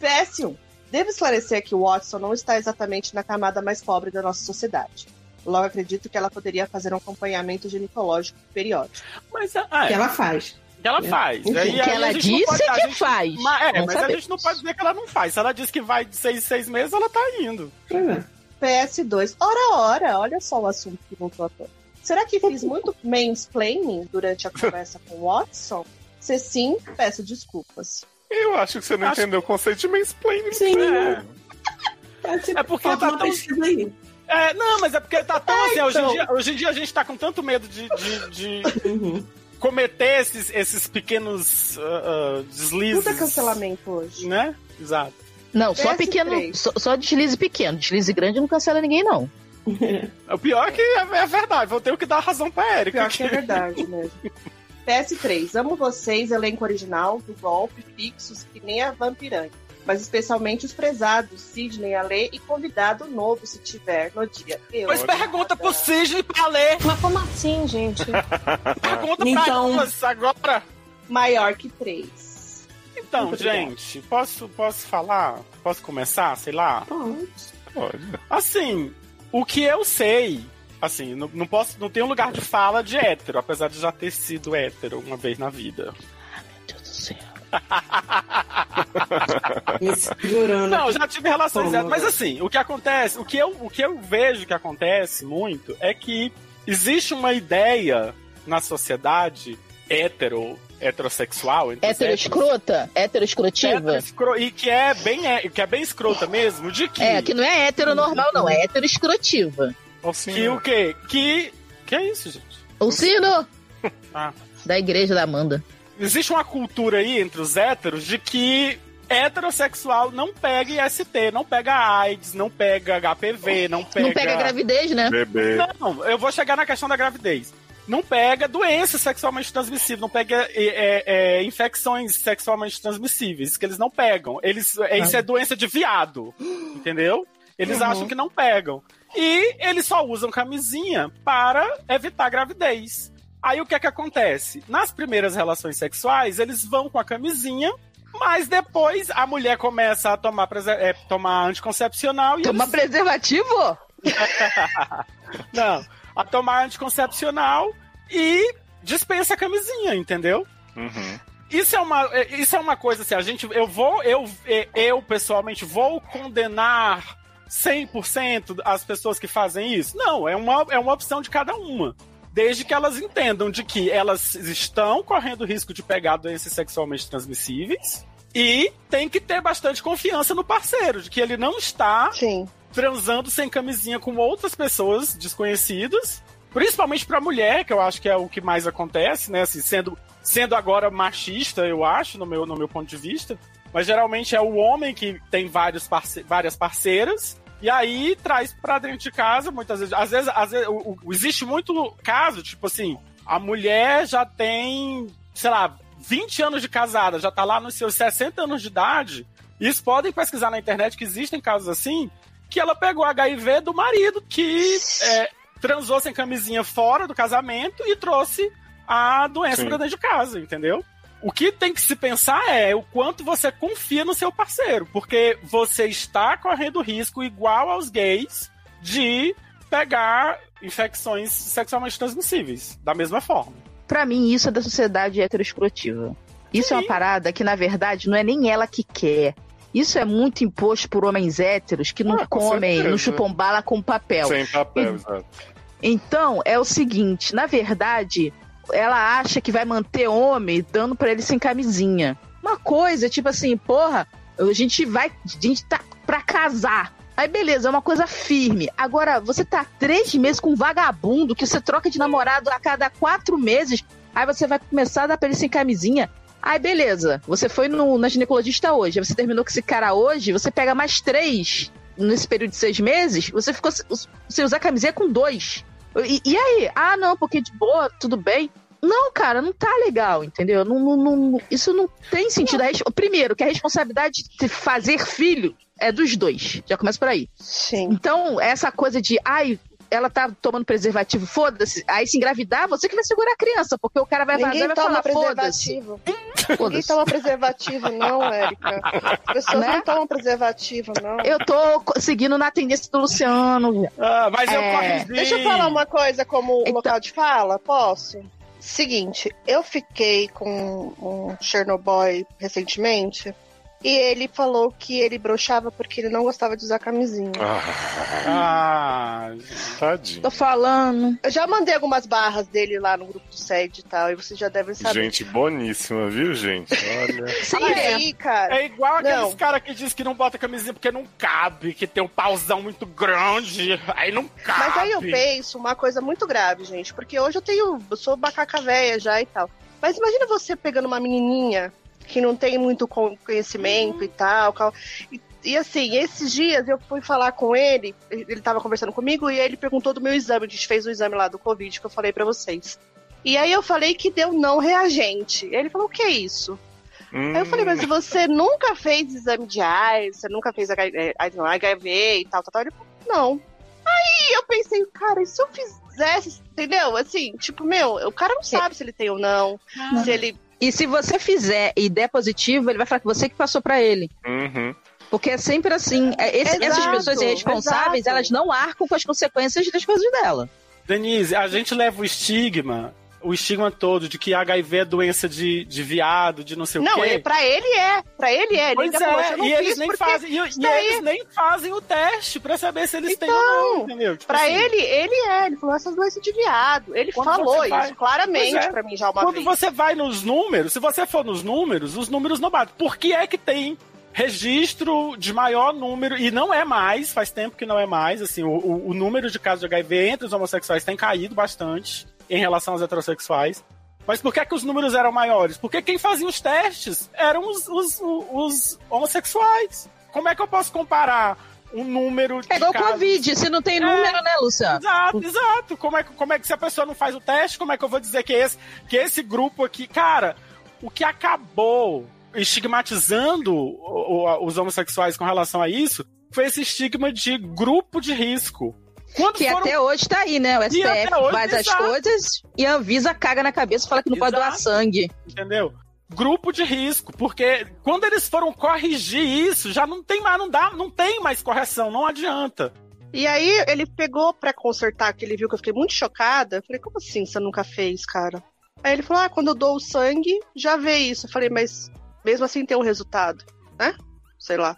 PS1. Devo esclarecer que Watson não está exatamente na camada mais pobre da nossa sociedade. Logo, acredito que ela poderia fazer um acompanhamento ginecológico periódico. Mas ah, é. Que ela faz. Que ela faz. É, Enfim, Aí- que aí a ela gente não disse pode- a que gente- faz. Mas, é, Não mas a sabemos. gente não pode dizer que ela não faz. Se ela diz que vai de seis em seis meses, ela tá indo. PS2. Ora, ora, olha só o assunto que voltou à tona. Será que fiz muito mansplaining durante a conversa com Watson? Se sim, peço desculpas. Eu acho que você não entendeu o conceito de mansplaining. Sim. É. É, porque falta tá uma tão- pesquisa aí. É, não, mas é porque tá tão É, assim. Hoje, em então. dia, hoje em dia a gente tá com tanto medo de, de, de Uhum. cometer esses, esses pequenos ah, ah, deslizes. é Puta cancelamento hoje. Né? Exato. Não, só PS3. pequeno, só, só deslize pequeno. Deslize grande não cancela ninguém, não. O pior é que é, é verdade. Vou ter que dar razão pra Erika. Pior que é verdade mesmo. PS3, amo vocês, elenco original, do golpe, fixos, que nem a vampiranha. Mas especialmente os prezados, Sidney, Alê e convidado novo, se tiver, no dia. Eu, um. Pois pergunta pro Sidney pra ler. Mas como assim, gente? Tá Pergunta Então- pra elas agora. Maior que três. Então, Muito obrigada. gente, posso, posso falar? Posso começar? Sei lá? Assim, o que eu sei, assim, não, não posso, não tenho lugar de fala de hétero, apesar de já ter sido hétero uma vez na vida. Me segurando. Não, já tive relações Como, héteras, mas assim, o que acontece, o que eu, o que eu vejo que acontece muito é que existe uma ideia na sociedade hétero, heterossexual, entre os Hétero héteros, escrota? Hétero escrotiva? Escro- E que é bem, é- que é bem escrota mesmo, de que. É, que não é hétero normal, não. É hétero escrotiva. que o quê? Que. Que é isso, gente? O sino Ah. da igreja da Amanda. Existe uma cultura aí entre os héteros de que heterossexual não pega IST, não pega AIDS, não pega HPV, não pega. Não pega gravidez, né? Bebê. Não, eu vou chegar na questão da gravidez. Não pega doença sexualmente transmissível, não pega é, é, é, infecções sexualmente transmissíveis, que eles não pegam. Eles, é, Isso é doença de viado, entendeu? Eles Uhum. acham que não pegam. E eles só usam camisinha para evitar gravidez. Aí o que é que acontece? Nas primeiras relações sexuais, eles vão com a camisinha, mas depois a mulher começa a tomar, prese- é, tomar anticoncepcional e Tomar preservativo? não, a tomar anticoncepcional e dispensa a camisinha, entendeu? Isso é uma, é, isso é uma coisa assim, a gente, eu vou, eu, é, eu pessoalmente vou condenar 100% as pessoas que fazem isso? Não, é uma, é uma opção de cada uma. Desde que elas entendam de que elas estão correndo risco de pegar doenças sexualmente transmissíveis e tem que ter bastante confiança no parceiro, de que ele não está transando sem camisinha com outras pessoas desconhecidas, principalmente pra mulher, que eu acho que é o que mais acontece, né? Assim, sendo sendo agora machista, eu acho, no meu, no meu ponto de vista. Mas geralmente é o homem que tem vários parce várias parceiras. E aí traz pra dentro de casa, muitas vezes. Às vezes, às vezes o- o- existe muito caso, tipo assim, a mulher já tem, sei lá, 20 anos de casada, já tá lá nos seus 60 anos de idade. E Isso podem pesquisar na internet que existem casos assim, que ela pegou HIV do marido, que é, transou sem camisinha fora do casamento e trouxe a doença Sim. pra dentro de casa, entendeu? O que tem que se pensar é o quanto você confia no seu parceiro, porque você está correndo risco igual aos gays de pegar infecções sexualmente transmissíveis, da mesma forma. Pra mim, isso é da sociedade heteroescrotiva. Isso é uma parada que, na verdade, não é nem ela que quer. Isso é muito imposto por homens héteros que não comem, certeza. não chupam bala com papel. Sem papel, E- exato. Então, é o seguinte, na verdade, ela acha que vai manter homem dando pra ele sem camisinha. Uma coisa, tipo assim, porra, a gente vai, a gente tá pra casar. Aí beleza, é uma coisa firme. Agora, você tá três meses com um vagabundo que você troca de namorado a cada quatro meses, aí você vai começar a dar pra ele sem camisinha. Aí beleza, você foi no, na ginecologista hoje, aí você terminou com esse cara hoje, você pega mais três nesse período de seis meses, você ficou se- sem usar camisinha com dois. E, e aí? Ah, não, porque de boa, tudo bem. Não, cara, não tá legal, entendeu? Não, não- não- isso não tem sentido. A res- Primeiro, que a responsabilidade de fazer filho é dos dois. Já começa por aí. Então, essa coisa de, ai, ela tá tomando preservativo, foda-se. Aí se engravidar, você que vai segurar a criança, porque o cara vai vazar e Ninguém vai toma falar, foda-se. preservativo. Ninguém Foda-se. toma preservativo, não, é. Érica. As pessoas Né? não tomam preservativo, não. Eu tô co- seguindo na tendência do Luciano. Ah, mas eu corrigi. Deixa eu falar uma coisa como local de fala, posso? Seguinte, eu fiquei com um Chernobyl recentemente e ele falou que ele broxava porque ele não gostava de usar camisinha. Ah, tadinho. Tô falando. Eu já mandei algumas barras dele lá no grupo do SED e tal, e vocês já devem saber. Gente boníssima, viu, gente? Olha. Olha aí, cara. É igual aqueles Não. caras que dizem que não bota camisinha porque não cabe, que tem um pauzão muito grande, aí não cabe. Mas aí eu penso uma coisa muito grave, gente, porque hoje eu tenho. Eu sou macaca velha já e tal. Mas imagina você pegando uma menininha que não tem muito con- conhecimento e tal. cal- E, e assim, esses dias eu fui falar com ele, ele tava conversando comigo e ele perguntou do meu exame, a gente fez o exame lá do Covid que eu falei pra vocês. E aí eu falei que deu não reagente. Ele falou: o que é isso? Aí eu falei, mas você nunca fez exame de AIDS, você nunca fez HIV, eh, AIDS não, HIV e tal, tal, tal? Ele falou, não. Aí eu pensei, cara, e se eu fizesse, entendeu? Assim, tipo, meu, o cara não sabe se ele tem um ou não, se ele... E se você fizer e der positivo, ele vai falar que você que passou pra ele. Uhum. Porque é sempre assim. É, esse- Exato, essas pessoas irresponsáveis, exato. elas não arcam com as consequências das coisas dela. Denise, a gente leva o estigma, o estigma todo de que HIV é doença de, de viado, de não sei o Não, quê. ele, pra ele é, pra ele é. Ele Pois ainda falou, é, "Eu não e eles fiz nem porque tá fazem, e, e isso daí- eles nem fazem o teste pra saber se eles têm ou não, Então, entendeu? Tipo pra assim, ele, ele é, ele falou essas doenças de viado. Ele quando falou você isso vai- claramente Pois é. pra mim já uma Quando vez. você vai nos números, se você for nos números, os números não batem. Por que é que tem registro de maior número, e não é mais, faz tempo que não é mais, assim, o, o- o número de casos de HIV entre os homossexuais tem caído bastante em relação aos heterossexuais. Mas por que, é que os números eram maiores? Porque quem fazia os testes eram os, os- os homossexuais. Como é que eu posso comparar um número de É igual casos- Covid, se não tem número, né, Luciano? É. Exato, exato. Como é, que- como é que se a pessoa não faz o teste, como é que eu vou dizer que esse, que esse grupo aqui. Cara, o que acabou estigmatizando o- o- os homossexuais com relação a isso foi esse estigma de grupo de risco. Quando que foram- até hoje tá aí, né? O E até STF hoje, faz as exato. coisas e a Anvisa caga na cabeça e fala que não pode doar Exato. sangue. Entendeu? Grupo de risco, porque quando eles foram corrigir isso, já não tem mais, não dá, não tem mais correção, não adianta. E aí ele pegou pra consertar, que ele viu que eu fiquei muito chocada. Eu falei, como assim você nunca fez, cara? Aí ele falou, ah, quando eu dou o sangue, já vê isso. Eu falei, mas mesmo assim tem um resultado, né? Sei lá.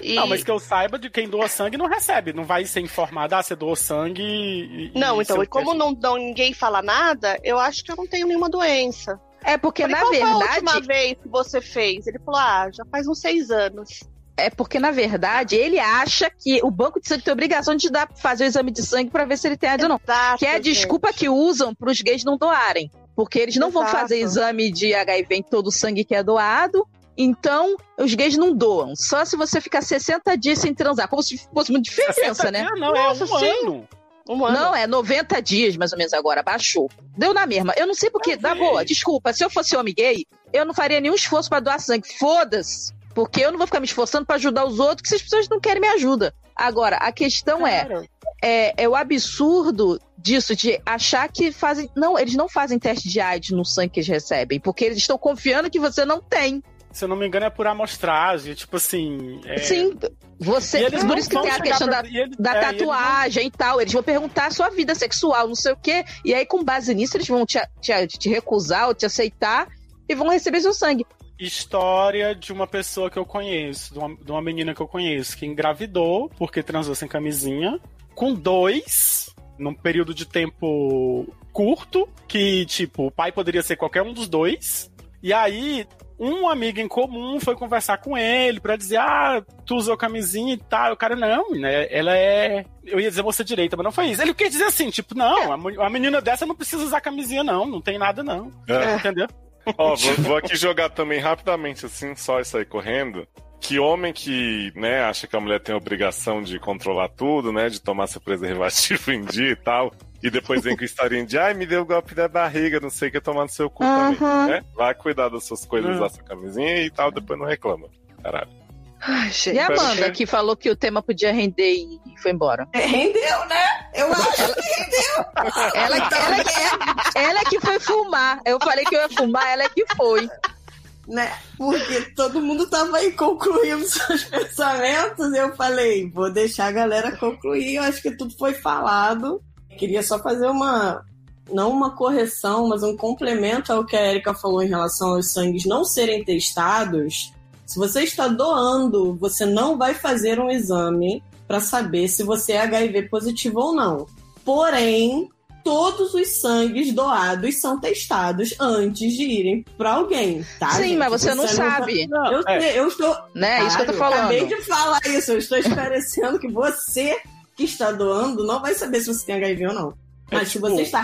E- Não, mas que eu saiba de quem doa sangue não recebe, não vai ser informado, ah, você doou sangue e. Não, então, seu e como teste- não, não ninguém fala nada, eu acho que eu não tenho nenhuma doença. É porque, Falei, na qual Foi a verdade- última vez que você fez? Ele falou, ah, já faz uns seis anos. É porque, na verdade, ele acha que o banco de sangue tem a obrigação de dar, fazer o exame de sangue pra ver se ele tem AIDS ou não. Exato, Que é a gente. desculpa que usam pros gays não doarem. Porque eles não vão Exato. fazer exame de HIV em todo o sangue que é doado. Então, os gays não doam. Só se você ficar 60 dias sem transar. Como se fosse uma diferença, 60 né? dias não, é um ano. Um ano. Não, é 90 dias, mais ou menos, agora. Baixou. Deu na mesma. Eu não sei porque, na é boa, desculpa, se eu fosse homem gay, eu não faria nenhum esforço pra doar sangue. Foda-se. Porque eu não vou ficar me esforçando pra ajudar os outros, que essas pessoas não querem me ajuda. Agora, a questão é- é, é, o absurdo disso, de achar que fazem. Não, eles não fazem teste de AIDS no sangue que eles recebem, porque eles estão confiando que você não tem. Se eu não me engano, é por amostragem, tipo assim. é- Sim, E você. eles Por não isso que vão tem a chegar questão pra- da, e eles- da é, e eles não- tatuagem e tal. Eles vão perguntar a sua vida sexual, não sei o quê. E aí, com base nisso, eles vão te, te- te recusar ou te aceitar e vão receber seu sangue. história de uma pessoa que eu conheço, de uma, de uma menina que eu conheço, que engravidou porque transou sem camisinha, com dois, num período de tempo curto, que, tipo, o pai poderia ser qualquer um dos dois, e aí. Um amigo em comum foi conversar com ele pra dizer: Ah, tu usou camisinha e tal. O cara, não, né? Ela é. Eu ia dizer moça direita, mas não foi isso. Ele quer dizer assim: tipo, não, a mu- a menina dessa não precisa usar camisinha, não, não tem nada, não. É. Entendeu? Ó, vou, vou aqui jogar também rapidamente, assim, só isso aí correndo. Que homem que, né, acha que a mulher tem a obrigação de controlar tudo, né, de tomar seu preservativo em dia e tal, e depois vem com historinha de, ai, me deu golpe da barriga, não sei o que tomar no seu cu Aham. também, né? Vai cuidar das suas coisas, Hum. usar sua camisinha e tal, depois não reclama. Caralho. Ai, E a Pera- Amanda, que falou que o tema podia render e foi embora. Rendeu, né? Eu acho que rendeu. Ela, ela, ela que foi fumar. Eu falei que eu ia fumar, ela que foi. Né? Porque todo mundo tava aí concluindo seus pensamentos. Eu falei, vou deixar a galera concluir. Eu acho que tudo foi falado. Queria só fazer uma. Não uma correção, mas um complemento ao que a Erika falou em relação aos sangues não serem testados. Se você está doando, você não vai fazer um exame para saber se você é HIV positivo ou não. Porém, todos os sangues doados são testados antes de irem para alguém, tá? Sim, gente? mas você não sabe. Não, tá- eu, É. sei, eu estou. Né? Isso que eu tô Claro, Acabei falando. de falar isso. Eu estou esclarecendo que você que está doando não vai saber se você tem HIV ou não. É Mas tipo- se você está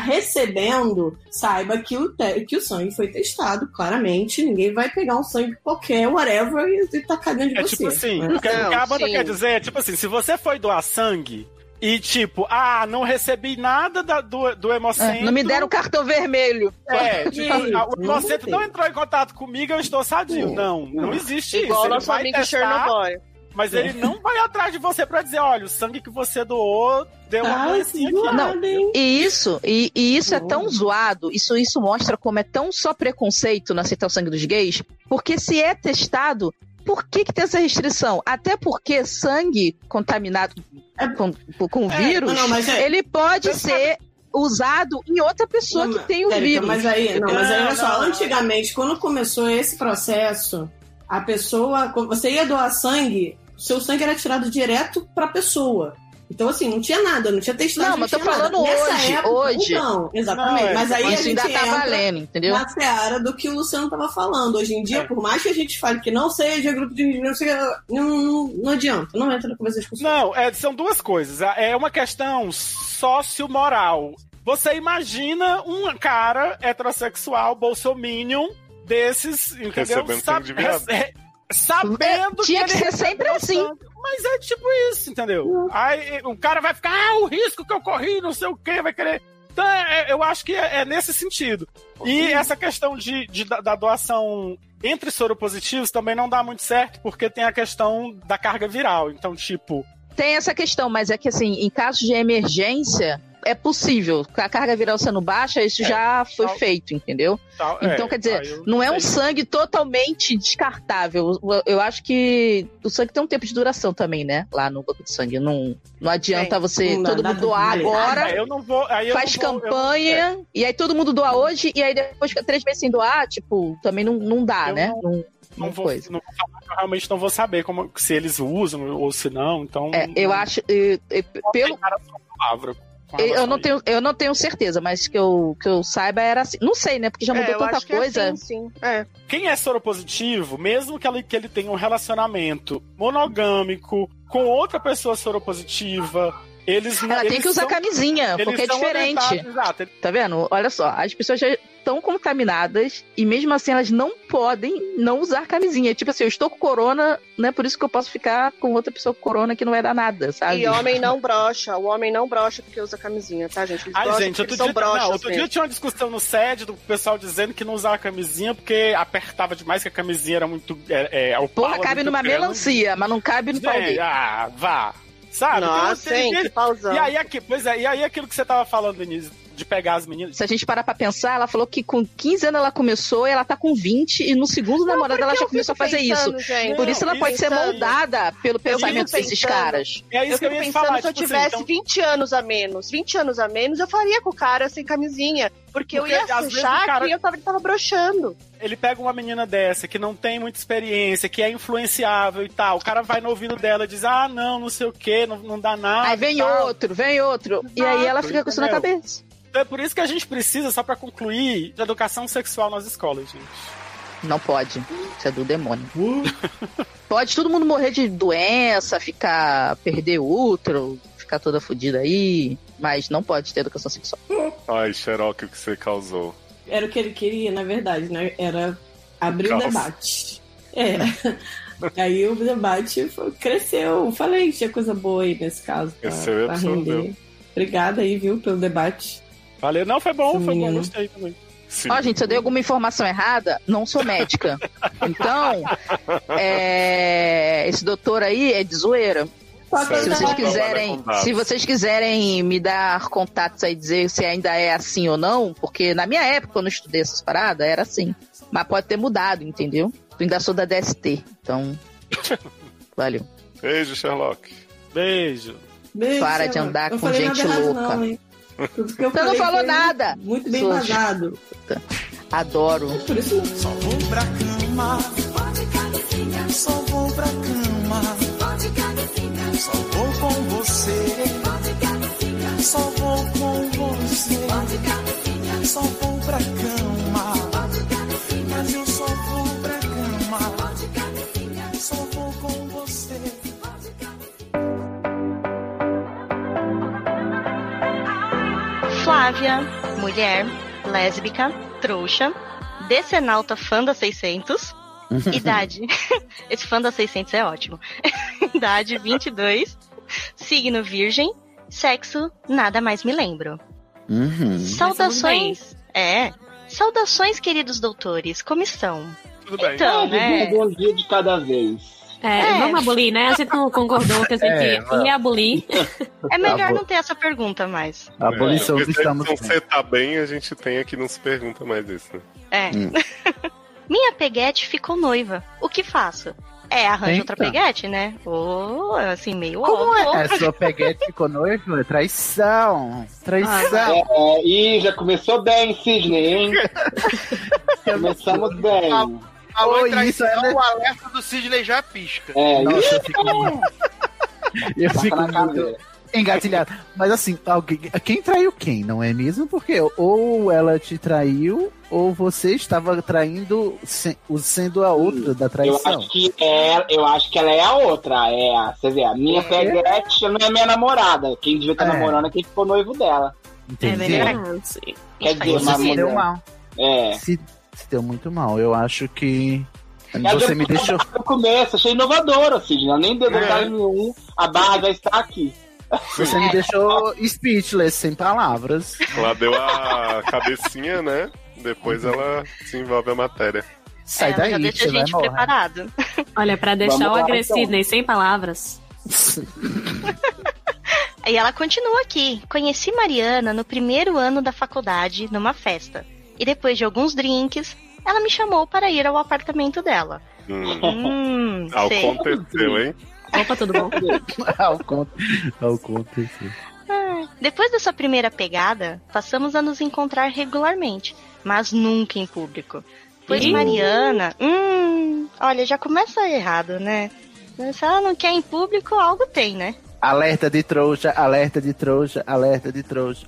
recebendo, saiba que o, te- que o sangue foi testado, claramente. Ninguém vai pegar um sangue qualquer, whatever, e, e tacar dentro de É você. tipo assim, né? o que o que a Amanda quer dizer é tipo assim, se você foi doar sangue e tipo, ah, não recebi nada da- do, do hemocentro. É, não me deram cartão vermelho. É, tipo, Isso, ah, o não hemocentro tem. não entrou em contato comigo, eu estou sadio. Não, não existe Igual isso. Ele nosso vai amigo testar, Chernobyl. É. Mas ele não vai atrás de você pra dizer, olha, o sangue que você doou deu uma Ah, doencinha aqui. Não, e isso, e, e isso é tão zoado, isso, isso mostra como é tão só preconceito no aceitar o sangue dos gays, porque se é testado, por que, que tem essa restrição? Até porque sangue contaminado com, com É, vírus, não, não, mas é- ele pode ser usado em outra pessoa que tem o Érica, vírus. Mas aí, não, mas aí olha só, Não, não, não. antigamente, quando começou esse processo, a pessoa. quando Você ia doar sangue, seu sangue era tirado direto pra pessoa. Então, assim, não tinha nada, não tinha testagem. Não, mas não tô tinha falando nada. Nessa hoje, época, hoje. Não, exatamente. Não, é, mas aí a isso gente ainda tá entra valendo, entendeu? É. Na seara do que o Luciano tava falando. Hoje em dia, por mais que a gente fale que não seja grupo de. Não, seja, não, não, não adianta, não entra na conversa de Não, é, são duas coisas. É uma questão sociomoral. Você imagina um cara heterossexual, bolsominion, desses, entendeu? Recebendo Sa- sangue de viado. re- Sabendo Tinha que ele ser sempre recebeu assim. Uhum. sangue. Mas é tipo isso, entendeu? Aí o cara vai ficar, ah, o risco que eu corri, não sei o quê, vai querer. Então, é- é- eu acho que é, é nesse sentido. E Uhum. essa questão de, de- da, da doação entre soropositivos também não dá muito certo, porque tem a questão da carga viral. Então, tipo, Tem essa questão, mas é que assim, em caso de emergência, é possível. Com a carga viral sendo baixa, isso já foi É, tal- feito, entendeu? tal- então, é, quer dizer, aí eu- não é um aí- sangue totalmente descartável. Eu- Eu acho que o sangue tem um tempo de duração também, né? Lá no banco de sangue. Não, não adianta Tem. você Não, todo nada mundo doar a ver. agora. Ah, eu não vou- aí eu faz não vou- eu- campanha, é. e aí todo mundo doa hoje, e aí depois fica três meses sem doar, tipo, também não, não dá, né? Não, não vou, não vou falar, eu realmente não vou saber como, se eles usam ou se não. Então, é, eu acho. eh, eh, pelo, palavra. com Eu, eu relação não a tenho, eu não tenho certeza, mas que eu, que eu saiba era assim. Não sei, né? Porque já mudou É, eu tanta acho que é coisa. assim, sim. É. Quem é soropositivo, mesmo que ele, que ele tenha um relacionamento monogâmico com outra pessoa soropositiva, Eles Ela tem eles que usar são- camisinha, eles porque é são diferente. orientados, Exato. Tá vendo? Olha só, as pessoas já estão contaminadas e mesmo assim elas não podem não usar camisinha. Tipo assim, eu estou com corona, né? Por isso que eu posso ficar com outra pessoa com corona que não vai dar nada, sabe? E homem não brocha, o homem não brocha porque usa camisinha, tá, gente? Eles Ai, brocham gente, porque eles outro, dia, são brochas não, outro dia mesmo. tinha uma discussão no sede do pessoal dizendo que não usava camisinha porque apertava demais, que a camisinha era muito. É, é, o pau Porra, era cabe muito numa grande. melancia, mas não cabe no pau Gente, dele. ah, vá. Sabe? Nossa, Tem- tem hein, gente- que pauzão. E aí, aqui, pois é, e aí aquilo que você tava falando, Denise, de pegar as meninas. Se a gente parar pra pensar, ela falou que com 15 anos ela começou, e ela tá com 20, e no segundo namorado ela já começou a fazer pensando, isso. gente? Por isso ela Não, pode ser pensando. moldada pelo pensamento fico desses pensando. caras. É fico pensando, se eu tipo assim, tipo tivesse então 20 anos a menos, 20 anos a menos, eu faria com o cara sem camisinha. Porque, eu Porque, ia às vezes, achar o cara- que eu tava, ele tava broxando. Ele pega uma menina dessa que não tem muita experiência, que é influenciável e tal. O cara vai no ouvido dela e diz: Ah, não, não sei o que, não, não dá nada. Aí vem e tal. outro, vem outro. E Exato, aí ela fica com isso na entendeu? cabeça. Então é por isso que a gente precisa, só pra concluir, de educação sexual nas escolas, gente. então- Não pode. Isso é do demônio. Uh! Pode todo mundo morrer de doença, ficar. perder útero, ficar toda fodida aí, mas não pode ter educação sexual. Ai, Xerox, o que você causou? Era o que ele queria, na verdade, né? Era abrir o Caos. debate. É. aí o debate foi- cresceu. Falei, tinha coisa boa aí nesse caso. pra- Cresceu e pra absorveu. render. Obrigada aí, viu, pelo debate. Valeu, não, foi bom, foi bom, Hum. Menino. gostei também. Ó, gente, se eu dei alguma informação errada, não sou médica. Então, é, esse doutor aí é de zoeira. Sério, Se vocês não quiserem, trabalha tá com dados. se vocês quiserem me dar contatos aí dizer se ainda é assim ou não, porque na minha época quando eu estudei essas paradas era assim, mas pode ter mudado, entendeu? Eu ainda sou da DST, então valeu. Beijo, Sherlock. Beijo. Beijo, Para Sherlock. de andar Não com falei gente nada errado, louca. não, hein? Tudo que eu Você não falei falou foi nada. Muito bem Sou- vazado. Adoro. Por isso Só vou pra cama. Só vou pra cama. Só vou com você. Só vou com você. Só vou pra cama. Mas eu só vou pra cama. Só vou com você. Flávia, mulher, lésbica, trouxa, decenalta fã da 600, idade. Esse fã da 600 é ótimo. idade 22, signo virgem, sexo, nada mais me lembro. Uhum. Saudações. É. Saudações, queridos doutores. Como estão? Tudo bem. Então, né? Um bom dia de cada vez. É, É. vamos abolir, né? A gente não concordou que a gente É, ia vamos. abolir. É melhor Tá bom. não ter essa pergunta mais. A abolição do estamos É, Se você tá bem, a gente tem aqui, não se pergunta mais isso. Né? É. Hum. Minha peguete ficou noiva. O que faço? É, arranjo outra Eita. peguete, né? Ô, assim, meio Como óbvio. é? É, sua peguete ficou noiva? Traição! Traição! É, ih, já começou bem, Sidney, hein? Começamos bem. Alô, Oi, oh, traição, isso é- o alerta do Sidney já pisca. É, Nossa, isso. eu fico um muito- Eu Tá fico na muito caveira. engatilhado. Mas assim, alguém, quem traiu quem, não é mesmo? Porque ou ela te traiu, ou você estava traindo, se- sendo a outra da Eu traição. acho, que é, eu acho que ela é a outra. É, a- você vê, a minha peguete não é minha namorada. Quem devia estar É. namorando é quem ficou noivo dela. Entendi. Quer dizer, Você uma se deu mulher. mal. É. Se, se deu muito mal. Eu acho que. Ela Você deu me uma deixou. No começo, achei inovadora, Sidney. Ela nem deu detalhe nenhum. A barra já está aqui. Você me deixou speechless, sem palavras. Ela deu a cabecinha, né? Depois ela se envolve a matéria. Sai Ela já É, deixa a gente preparado. Olha, pra deixar Vamos o lá, agressivo então. nem sem palavras. E ela continua aqui. Conheci Mariana no primeiro ano da faculdade, numa festa. E depois de alguns drinks, ela me chamou para ir ao apartamento dela. Hum, sei. Aconteceu, hein? Opa, tudo bom? Ao conto. Ao conto. sim. Ah, Depois dessa primeira pegada, passamos a nos encontrar regularmente, mas nunca em público. Pois Ih. Mariana, hum, olha, já começa errado, né? Se ela não quer em público, algo tem, né? Alerta de trouxa, alerta de trouxa, alerta de trouxa.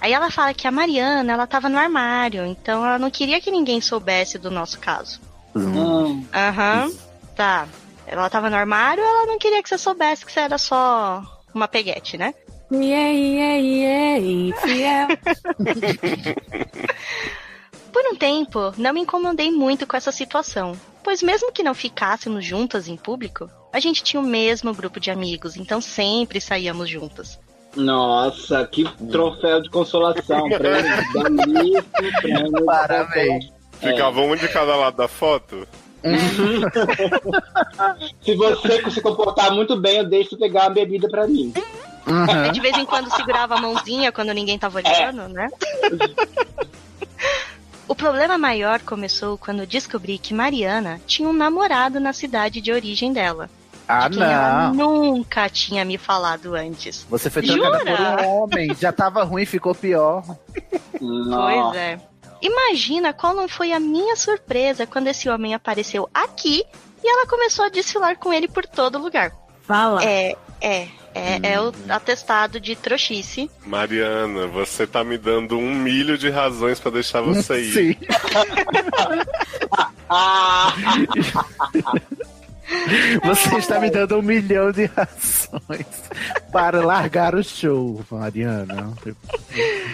Aí ela fala que a Mariana, ela tava no armário, então ela não queria que ninguém soubesse do nosso caso. Hum. Aham. Tá. Ela tava no armário, ela não queria que você soubesse que você era só uma peguete, né? Yeah, yeah, yeah, fiel. Por um tempo, não me incomodei muito com essa situação, pois mesmo que não ficássemos juntas em público, a gente tinha o mesmo grupo de amigos, então sempre saíamos juntas. Nossa, que troféu de consolação. Prêmio, belíssimo prêmio. Parabéns. É. Ficava um de cada lado da foto? Se você se comportar muito bem, eu deixo pegar a bebida pra mim. Uhum. É, Aí De vez em quando segurava a mãozinha quando ninguém tava olhando, né? O problema maior começou quando descobri que Mariana tinha um namorado na cidade de origem dela. Ah, Quem ela não. nunca tinha me falado antes. Você foi trocada Jura? por um homem. Já tava ruim, ficou pior. Pois é. Imagina qual não foi a minha surpresa quando esse homem apareceu aqui e ela começou a desfilar com ele por todo lugar. Fala. É, é, é, é o atestado de trouxice. Mariana, você tá me dando um milho de razões pra deixar você ir. Sim. Você está me dando um milhão de razões para largar o show, Mariana.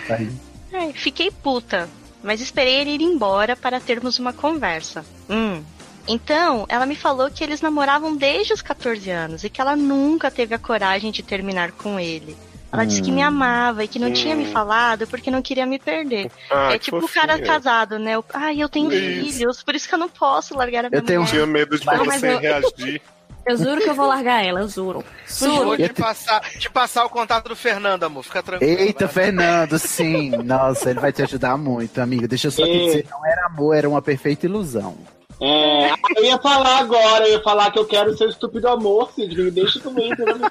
Aí. Ai, fiquei puta, mas esperei ele ir embora para termos uma conversa. Hum. Então, ela me falou que eles namoravam desde os 14 anos e que ela nunca teve a coragem de terminar com ele. Ela disse que me Hum. amava e que não tinha me Hum. falado porque não queria me perder. Ah, é que tipo o fofinha. É cara casado, né? O- Ai, eu tenho Isso. filhos, por isso que eu não posso largar a minha Eu tenho... um mulher. tinha medo de Não, mas você eu- reagir. Eu juro que eu vou largar ela, eu juro. Vou Juro. te passar, te passar o contato do Fernando, amor. Fica tranquilo. Eita, Fernando, sim. Nossa, ele vai te ajudar muito, amiga. Deixa eu só te Ei. dizer, não era amor, era uma perfeita ilusão. É, eu ia falar agora, eu ia falar que eu quero seu estúpido amor, Sidney. Me deixa né, comigo, eu não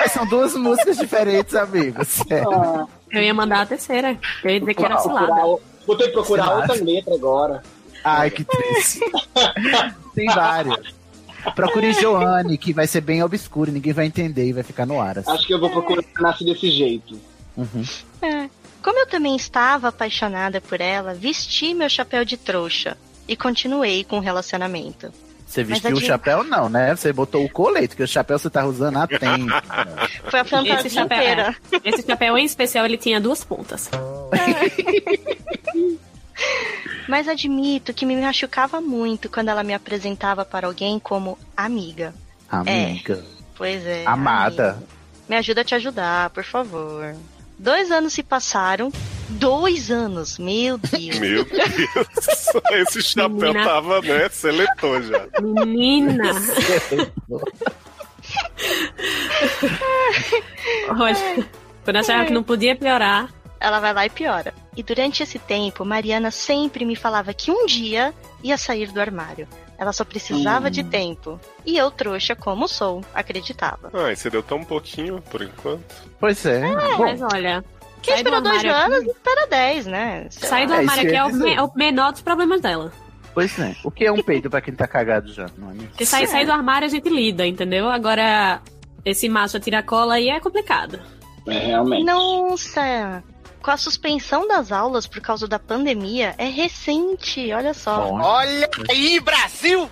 Mas São duas músicas diferentes, amigos. sério. Eu ia mandar a terceira. Eu ia dizer que era Ah. Uau. cilada. Ah, Vou ter que procurar Cilada. outra letra agora. Ai, que triste. Tem várias. Procure Joanne, que vai ser bem obscuro, ninguém vai entender e vai ficar no ar. assim. Acho que eu vou procurar nasce desse jeito. Uhum. É. Como eu também estava apaixonada por ela, vesti meu chapéu de trouxa e continuei com o relacionamento. Você Mas vestiu o aqui- chapéu, não, né? Você botou o colete, que o chapéu você tá usando há tempo. Foi a fantasia Esse chapéu, inteira. é. Esse chapéu em especial, ele tinha duas pontas. Mas admito que me machucava muito quando ela me apresentava para alguém como amiga. Amiga. Pois é. amada. amiga. Me ajuda a te ajudar, por favor. Dois anos se passaram. Dois anos, meu Deus. Meu Deus, esse chapéu Menina. tava, né? Seletor já. Menina! Olha, quando eu achava que não podia piorar. É. Ela vai lá e piora. E durante esse tempo, Mariana sempre me falava que um dia ia sair do armário. Ela só precisava Hum. de tempo. E eu, trouxa como sou, acreditava. Ai, Ah, você deu tão pouquinho por enquanto. Pois é. É, Bom. mas olha. Quem sai do esperou dois armário anos, aqui- espera dez, né? Sei Sai do lá. armário isso aqui que eu ia é o, me- dizer. é o menor dos problemas dela. Pois é. O que é um peido pra quem tá cagado já, não é mesmo? Porque sair sai do armário a gente lida, entendeu? Agora, esse macho tira cola aí é complicado. É, realmente. Nossa! Com a suspensão das aulas por causa da pandemia, é recente, olha só. Olha. Olha aí, Brasil!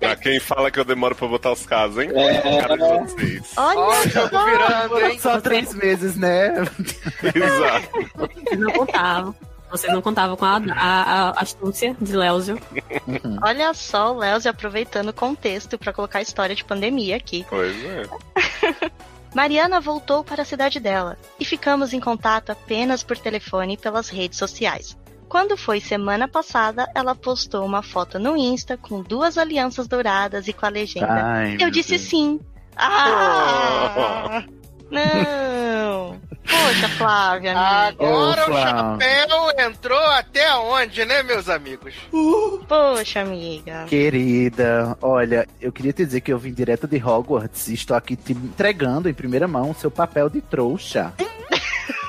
Pra quem fala que eu demoro pra botar os assim, casos, hein? Cara de vocês. Olha só. Tá virando, hein? Só três meses, né? Exato. Vocês não contavam. Vocês não contavam com a, a, a astúcia de Leozio. Olha só o Léo se aproveitando o contexto pra colocar a história de pandemia aqui. Pois é. Mariana voltou para a cidade dela e ficamos em contato apenas por telefone e pelas redes sociais. Quando foi semana passada, ela postou uma foto no Insta com duas alianças douradas e com a legenda. Ai, Eu meu disse Deus. sim. Ah! Não! Poxa, Flávia. Agora o Ô, Flávia. chapéu entrou até onde, né, meus amigos? Poxa, amiga. Querida, olha, eu queria te dizer que eu vim direto de Hogwarts e estou aqui te entregando em primeira mão o seu papel de trouxa.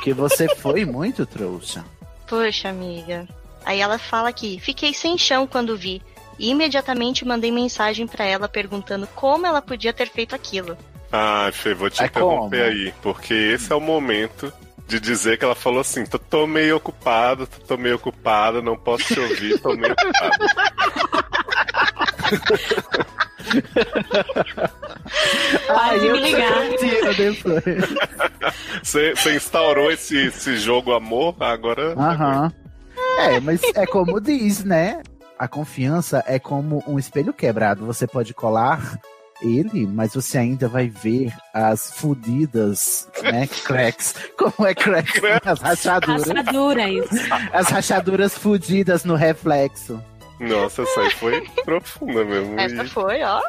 que você foi muito trouxa. Poxa, amiga. Aí ela fala aqui: fiquei sem chão quando vi. E imediatamente mandei mensagem pra ela perguntando como ela podia ter feito aquilo. Ah, Fê, vou te interromper aí, porque esse é o momento de dizer que ela falou assim: tô, tô meio ocupado, tô, tô meio ocupada, não posso te ouvir, tô meio ocupada. Para de me ligar. Sim, volta depois. Você você instaurou esse, esse jogo amor, agora. Aham. É, mas é como diz, né? A confiança é como um espelho quebrado. Você pode colar ele, mas você ainda vai ver as fudidas, né? Cracks. Como é cracks? né? As rachaduras. Rachaduras. As rachaduras fudidas no reflexo. Nossa, essa aí foi profunda mesmo. Essa E- foi, ó.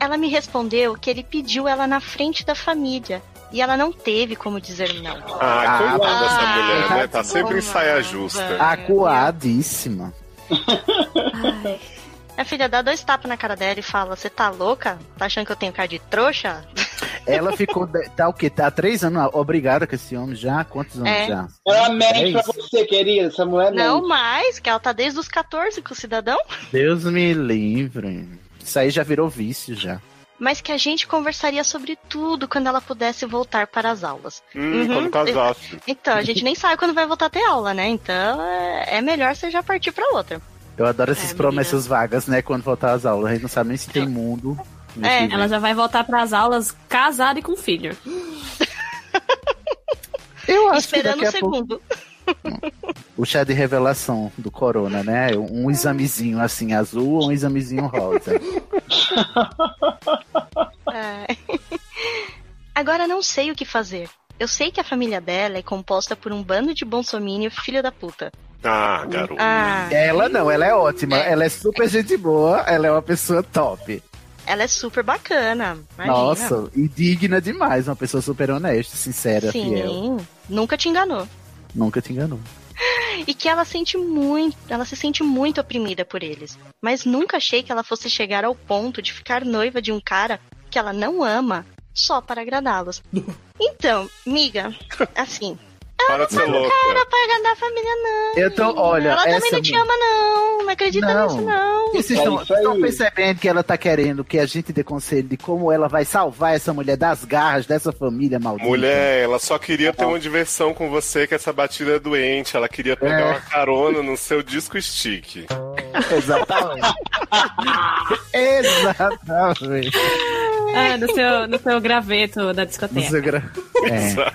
Ela me respondeu que ele pediu ela na frente da família. E ela não teve como dizer não. Ah, Ah, coitada mas- dessa mulher, Ah, né? Tá sempre em saia justa. Acuadíssima. Minha filha dá dois tapas na cara dela e fala: Você tá louca? Tá achando que eu tenho cara de trouxa? Ela ficou. de- Tá o quê? Tá há três anos obrigada com esse homem já? Quantos anos É. já? Ela Dez? mente pra você, querida. Essa mulher é não mente. mais, que ela tá desde os 14 com o cidadão. Deus me livre. Isso aí já virou vício já. Mas que a gente conversaria sobre tudo quando ela pudesse voltar para as aulas. Hum, Uhum. quando casasse. Então, a gente nem sabe quando vai voltar a ter aula, né? Então, é é melhor você já partir pra outra. Eu adoro É, essas promessas vagas, né? Quando voltar às aulas, a gente não sabe nem se tem mundo. É, Nesse- ela já vai voltar para as aulas casada e com filho. Eu acho Esperando o segundo. O chá de revelação do corona, né? Um examezinho assim azul ou um examezinho rosa. É. Agora não sei o que fazer. Eu sei que a família dela é composta por um bando de bonsomínio filho da puta. Ah, garoto. Ah. Ela não, ela é ótima. Ela é super gente boa, ela é uma pessoa top. Ela é super bacana. Imagina. Nossa, e digna demais, uma pessoa super honesta, sincera, Sim, fiel. nunca te enganou. Nunca te enganou. E que ela sente muito, ela se sente muito oprimida por eles. Mas nunca achei que ela fosse chegar ao ponto de ficar noiva de um cara que ela não ama só para agradá-los. Então, miga, assim, Para de ser louca. cara, para agradar a família não. Eu tô, olha, ela também essa não te mu- ama não, não acredita nisso não. E vocês estão- estão percebendo que ela tá querendo que a gente dê conselho de como ela vai salvar essa mulher das garras dessa família maldita? Mulher, ela só queria ter uma diversão com você, que essa batida é doente. Ela queria pegar É. uma carona no seu disco stick. Exatamente. Exatamente. É, no seu, no seu graveto da discoteca. No seu gra- É.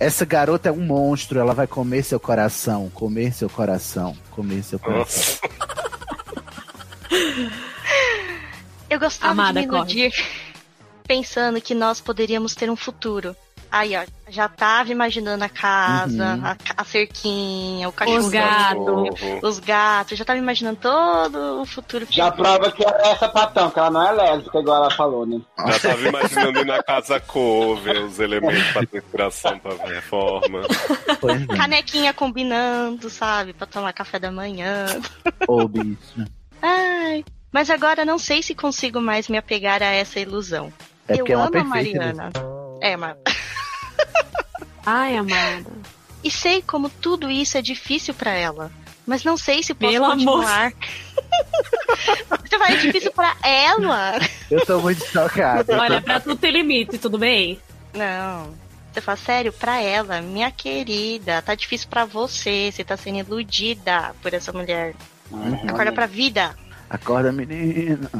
Essa garota é um monstro, ela vai comer seu coração, comer seu coração, comer seu coração. Eu gostava Amada, de me corre. iludir pensando que nós poderíamos ter um futuro. Aí, ó, já tava imaginando a casa, Uhum. a, ca- a cerquinha, o cachorro. Uhum. gatos. Os gatos, já tava imaginando todo o futuro. Já feliz. prova que ela é sapatão, que ela não é lésbica, igual ela falou, né? Já tava imaginando ir na casa cover, os elementos pra decoração, pra ver a forma. Canequinha combinando, sabe? Pra tomar café da manhã. Ô, bicho. Ai. Mas agora não sei se consigo mais me apegar a essa ilusão. É Eu porque é uma amo a perfeita Mariana. É, mas. Ai, amada. E sei como tudo isso é difícil pra ela. Mas não sei se posso Pelo amor. continuar. Você vai, é difícil pra ela. Ah, Eu tô muito chocado. Olha, pra tudo tem limite, tudo bem? Não. Você fala, sério, pra ela, minha querida, tá difícil pra você. Você tá sendo iludida por essa mulher. Uhum. Acorda pra vida. Acorda, menina.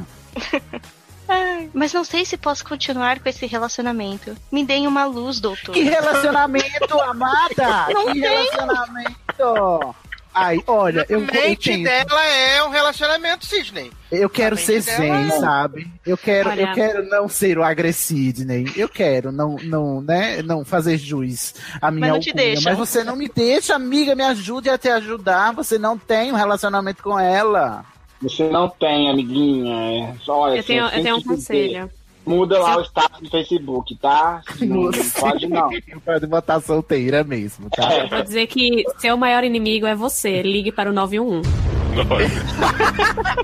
Ai, mas não sei se posso continuar com esse relacionamento. Me deem uma luz, doutor. Que relacionamento, amada? Um Não que tenho. relacionamento? Ai, olha, eu, eu A mente penso- dela é um relacionamento cisne. Eu quero mente ser dela zen, é- sabe? Eu quero, Olha. eu quero não ser o agressidney. Eu quero não, não, né, não fazer juiz a minha Mas não te alcunha. deixam. Mas você não me deixa, amiga, me ajude a te ajudar. Você não tem um relacionamento com ela. Você não tem, amiguinha. É, Olha, Eu tenho- assim, tem eu tenho um que dizer. conselho. Muda lá o status do Facebook, tá? Não, não pode não. É. Pode botar solteira mesmo, tá? Eu vou dizer que seu maior inimigo é você. Ligue para o 911.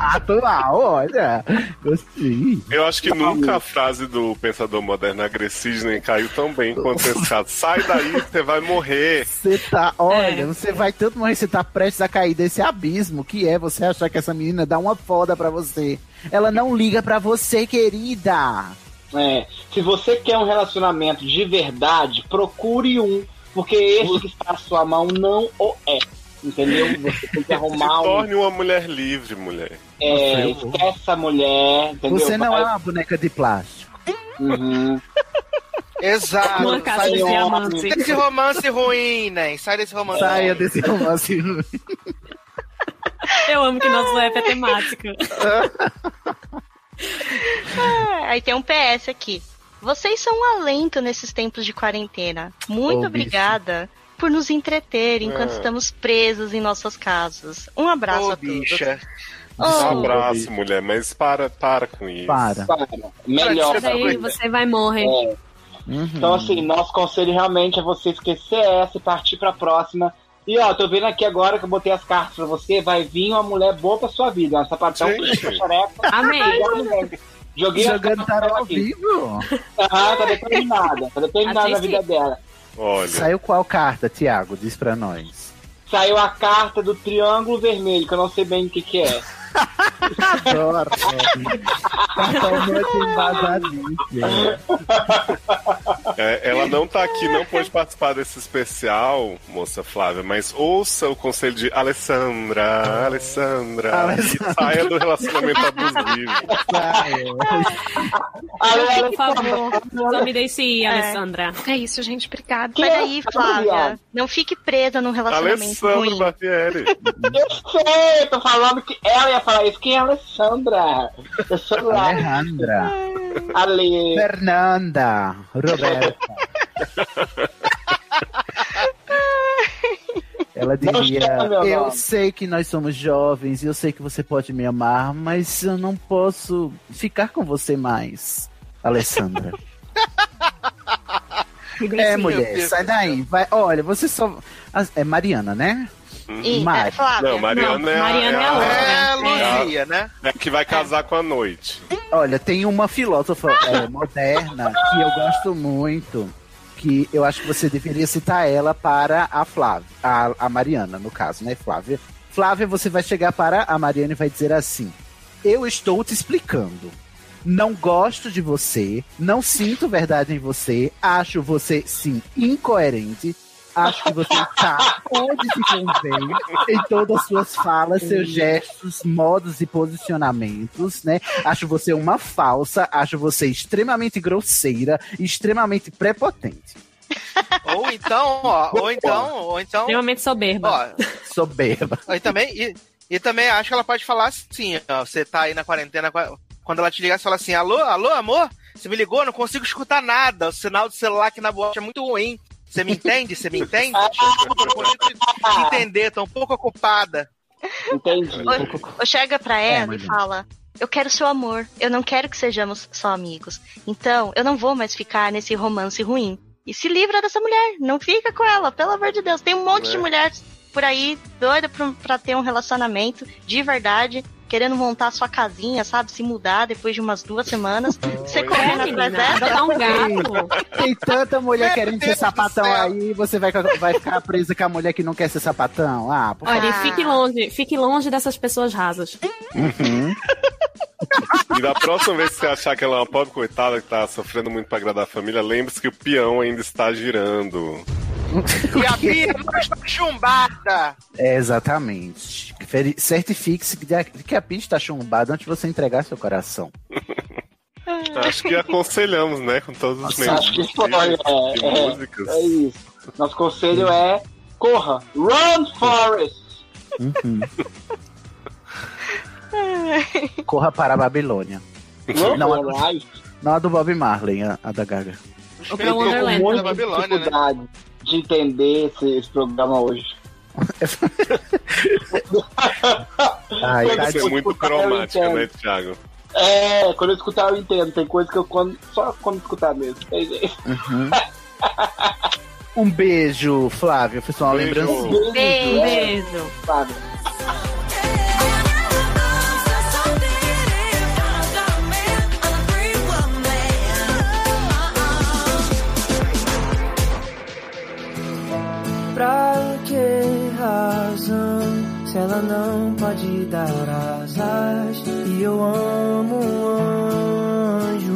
Atual, olha. Gostei. Eu acho que nunca a frase do pensador moderno agressismo caiu tão bem quanto esse caso. Sai daí, você vai morrer. Você É. tá, olha, você vai tanto mais, você tá prestes a cair desse abismo que é você achar que essa menina dá uma foda pra você. Ela não liga pra você, querida. É, se você quer um relacionamento de verdade, procure um. Porque esse que está à sua mão não o é. Entendeu? Você tem que Se arrumar um. torne uma mulher livre, mulher. É, esquece essa mulher. Entendeu? Você não Vai- é uma boneca de plástico. Uhum. Exato. Uma casa Sai de homem. diamante. Sai desse romance ruim, né? Sai desse romance Saia ruim. desse romance. Eu amo que nosso app é temático. Ah, aí tem um PS aqui. Vocês são um alento nesses tempos de quarentena. Oh, Muito Ô, obrigada por nos entreter enquanto Ah. estamos presos em nossas casas. Um abraço a todos. Um Oh. abraço, mulher, mas para, para com isso. Para. Para. Melhor. Isso aí você vai morrer. É. Uhum. Então, assim, nosso conselho realmente é você esquecer essa e partir pra próxima. E ó, tô vendo aqui agora que eu botei as cartas pra você, vai vir uma mulher boa pra sua vida. Uma sapatão Gente. puxa xereca. Amém. Joguei as Jogando cartas pra ela tarô ao aqui. vivo. Aham, tá determinada. Tá Assim determinada na Achei vida sim. dela. Saiu qual carta, Tiago? Diz pra nós. Saiu a carta do triângulo vermelho, que eu não sei bem o que que é. Adoro. Totalmente embasadice. É, ela não tá aqui, não pôde participar desse especial, moça Flávia, mas ouça o conselho de Alessandra, Alessandra, Alessandra. e saia do relacionamento abusivo. Não, por favor, só me deixe ir, É. Alessandra. É isso, gente. Obrigada. Que Peraí, isso, Flávia. Gabriel? Não fique presa Tá num relacionamento Alessandra ruim. Barbieri. Eu sei, tô falando que ela ia falar isso. Quem é a Alessandra? Eu sou lá. Alejandra. É Ale. Fernanda. Roberta. Ela Não diria: chama meu Eu nome." sei que nós somos jovens e eu sei que você pode me amar, mas eu não posso ficar com você mais, Alessandra. é, mulher, sai daí. Vai, olha, você só. as- É Mariana, né? Ih, é, Flávia. Não, Mariana é a- é Mariana a- é a outra. É a- Luzia, né? É que vai casar com a noite. Olha, tem uma filósofa é, moderna que eu gosto muito, que eu acho que você deveria citar ela para a Flávia, a, a Mariana, no caso, né, Flávia? Flávia, você vai chegar para a Mariana e vai dizer assim: Eu estou te explicando. Não gosto de você, não sinto verdade em você, acho você, sim, incoerente. Acho que você está onde se convém em todas as suas falas, seus gestos, modos e posicionamentos, né? Acho você uma falsa, acho você extremamente grosseira, extremamente prepotente. Ou então, ó, ou então, ou então. Extremamente soberba. Soberba. E também, e, e também acho que ela pode falar assim, ó, você tá aí na quarentena, qua- quando ela te ligar, você fala assim, alô, alô, amor? Você me ligou? Não consigo escutar nada. O sinal do celular aqui na boate é muito ruim. Você me entende? Você me entende? Não consigo te- te entender, tô um pouco ocupada. Entendi. Ou, ou chega pra ela e fala: Eu quero seu amor, eu não quero que sejamos só amigos. Então, eu não vou mais ficar nesse romance ruim. E se livra dessa mulher, não fica com ela, pelo amor de Deus. Tem um monte É. de mulher por aí doida pra, pra ter um relacionamento de verdade, querendo montar sua casinha, sabe? Se mudar depois de umas duas semanas. Você correndo atrás dessa. Tem tanta mulher querendo ser sapatão céu. aí, você vai, vai ficar presa com a mulher que não quer ser sapatão. Ah, por Olha, e favor. fique longe, fique longe dessas pessoas rasas. E da próxima vez que você achar que ela é uma pobre coitada que tá sofrendo muito pra agradar a família, lembre-se que o peão ainda está girando. E a Bia não está chumbada. É, exatamente. Feri- Certifique-se de a- de que a pista está chumbada antes de você entregar seu coração. Então, Acho que aconselhamos, né? Com todos os meios Acho que foi, possíveis é, de músicas. é, é isso. Nosso conselho é corra, run forest. É. Corra para a Babilônia. Não, Não, a não, do, não a do Bob Marley, a, a da Gaga. Eu tô com muita né? dificuldade de entender esse, esse programa hoje. Ai, Quando Você eu é muito escutar, tá eu cromática, entendo. né, Thiago? É, quando eu escutar eu entendo. Tem coisa que eu quando, só quando escutar mesmo. Tem jeito. Uhum. Então, Um beijo, Flávio. Foi só uma lembrança. Beijo. Beijo. Sabe? Pra que razão se ela não pode dar asas? E eu amo um anjo.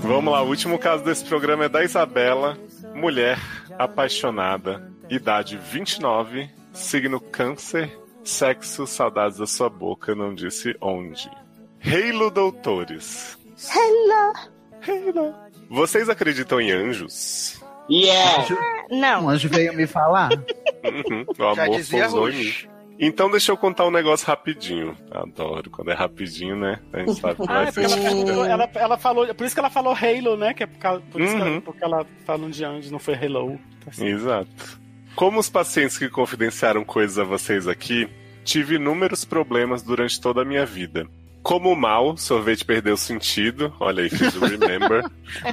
Vamos lá, o último caso desse programa é da Isabela, mulher apaixonada, idade 29, signo câncer, sexo, saudades da sua boca, não disse onde. Reilo Doutores. Hello. Hello. Vocês acreditam em anjos? Yeah! Não. Um anjo veio me falar. Uhum, o Já amor dizia pousou em mim. Rush. Então deixa eu contar um negócio rapidinho. Adoro, quando é rapidinho, né? A gente sabe que Ah, vai é porque ser ela, tipo- perguntou- ela, ela falou. Por isso que ela falou Halo, né? Que é por, causa, por isso que Uhum. ela, porque ela falou de anjos, não foi Halo. Exato. Como os pacientes que confidenciaram coisas a vocês aqui, tive inúmeros problemas durante toda a minha vida. Como mal, sorvete perdeu sentido. Olha aí, fiz o remember.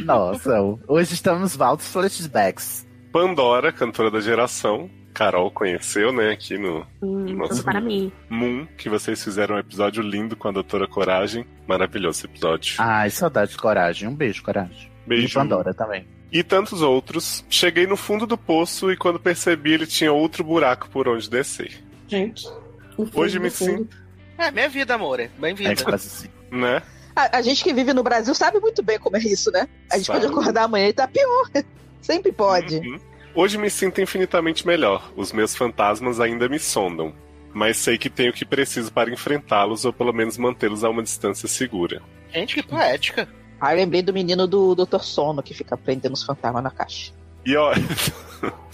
Nossa, hoje estamos valdos flashbacks. Pandora, cantora da geração. Carol conheceu, né, aqui no Hum, Nossa. tudo para mim. Moon, que vocês fizeram um episódio lindo com a Doutora Coragem. Maravilhoso esse episódio. Ai, saudade de coragem. Um beijo, coragem. Beijo. E Pandora também. E tantos outros. Cheguei no fundo do poço e quando percebi ele tinha outro buraco por onde descer. Gente. Hoje me sinto, É É, minha vida, amor. Bem-vinda. né? A, a gente que vive no Brasil sabe muito bem como é isso, né? A gente Sabe. pode acordar amanhã e tá pior. Sempre pode. Uhum. Hoje me sinto infinitamente melhor. Os meus fantasmas ainda me sondam. Mas sei que tenho o que preciso para enfrentá-los ou pelo menos mantê-los a uma distância segura. Gente, que poética. Ah, Hum. eu lembrei do menino do Dr. Sono que fica prendendo os fantasmas na caixa. E olha.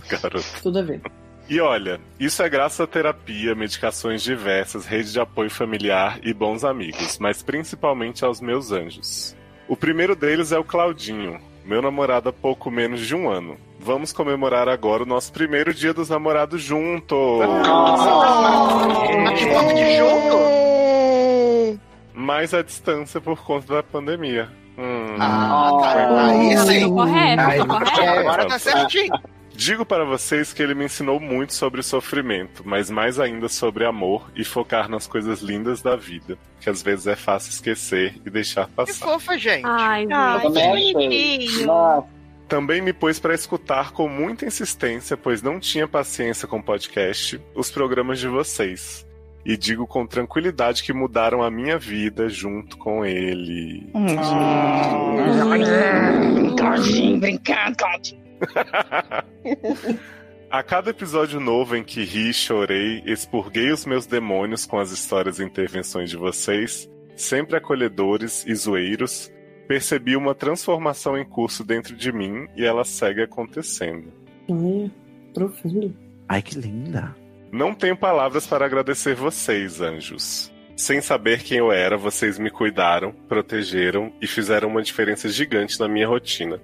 Garoto. Tudo a ver. E olha, isso é graças à terapia, medicações diversas, rede de apoio familiar e bons amigos, mas principalmente aos meus anjos. O primeiro deles é o Claudinho, meu namorado há pouco menos de um ano. Vamos comemorar agora o nosso primeiro dia dos namorados juntos! Mas à distância por conta da pandemia. Hum. Ah, tá. Aí sim. Correto, correto. Agora tá certinho. Digo para vocês que ele me ensinou muito sobre sofrimento, mas mais ainda sobre amor e focar nas coisas lindas da vida, que às vezes é fácil esquecer e deixar Que passar. fofa, gente. Ai, Ai, que que bonitinho. Também me pôs para escutar com muita insistência, pois não tinha paciência com podcast, os programas de vocês. E digo com tranquilidade que mudaram a minha vida junto com ele. Claudinho, brincando, Claudinho. A cada episódio novo em que ri, chorei, expurguei os meus demônios com as histórias e intervenções de vocês, sempre acolhedores e zoeiros, percebi uma transformação em curso dentro de mim e ela segue acontecendo. Olha, profundo. Ai, que linda! Não tenho palavras para agradecer vocês, anjos. Sem saber quem eu era, vocês me cuidaram, protegeram e fizeram uma diferença gigante na minha rotina.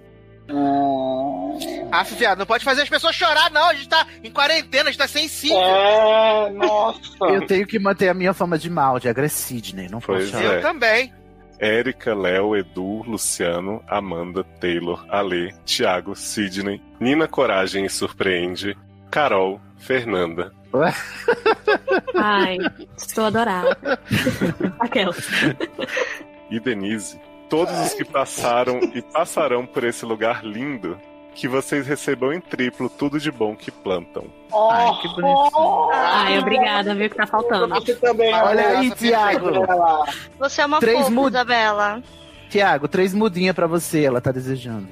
Ah, viado, não pode fazer as pessoas chorar, não. A gente tá em quarentena, a gente tá sem cinto. É, nossa. Eu tenho que manter a minha fama de mal, de agressidney. Não posso Pois chorar. é. Também. Érica, Léo, Edu, Luciano, Amanda, Taylor, Ale, Thiago, Sidney, Nina Coragem e Surpreende, Carol, Fernanda. Ai, estou a adorar. Aquela. e Denise, todos os que passaram e passarão por esse lugar lindo, que vocês recebam em triplo tudo de bom que plantam. Oh. Ai, que bonitinho. Ai, obrigada, viu que tá faltando. Você também. Olha aí, Thiago. Você é uma Três fofa, mu- Isabela. Tiago, três mudinhas pra você, ela tá desejando.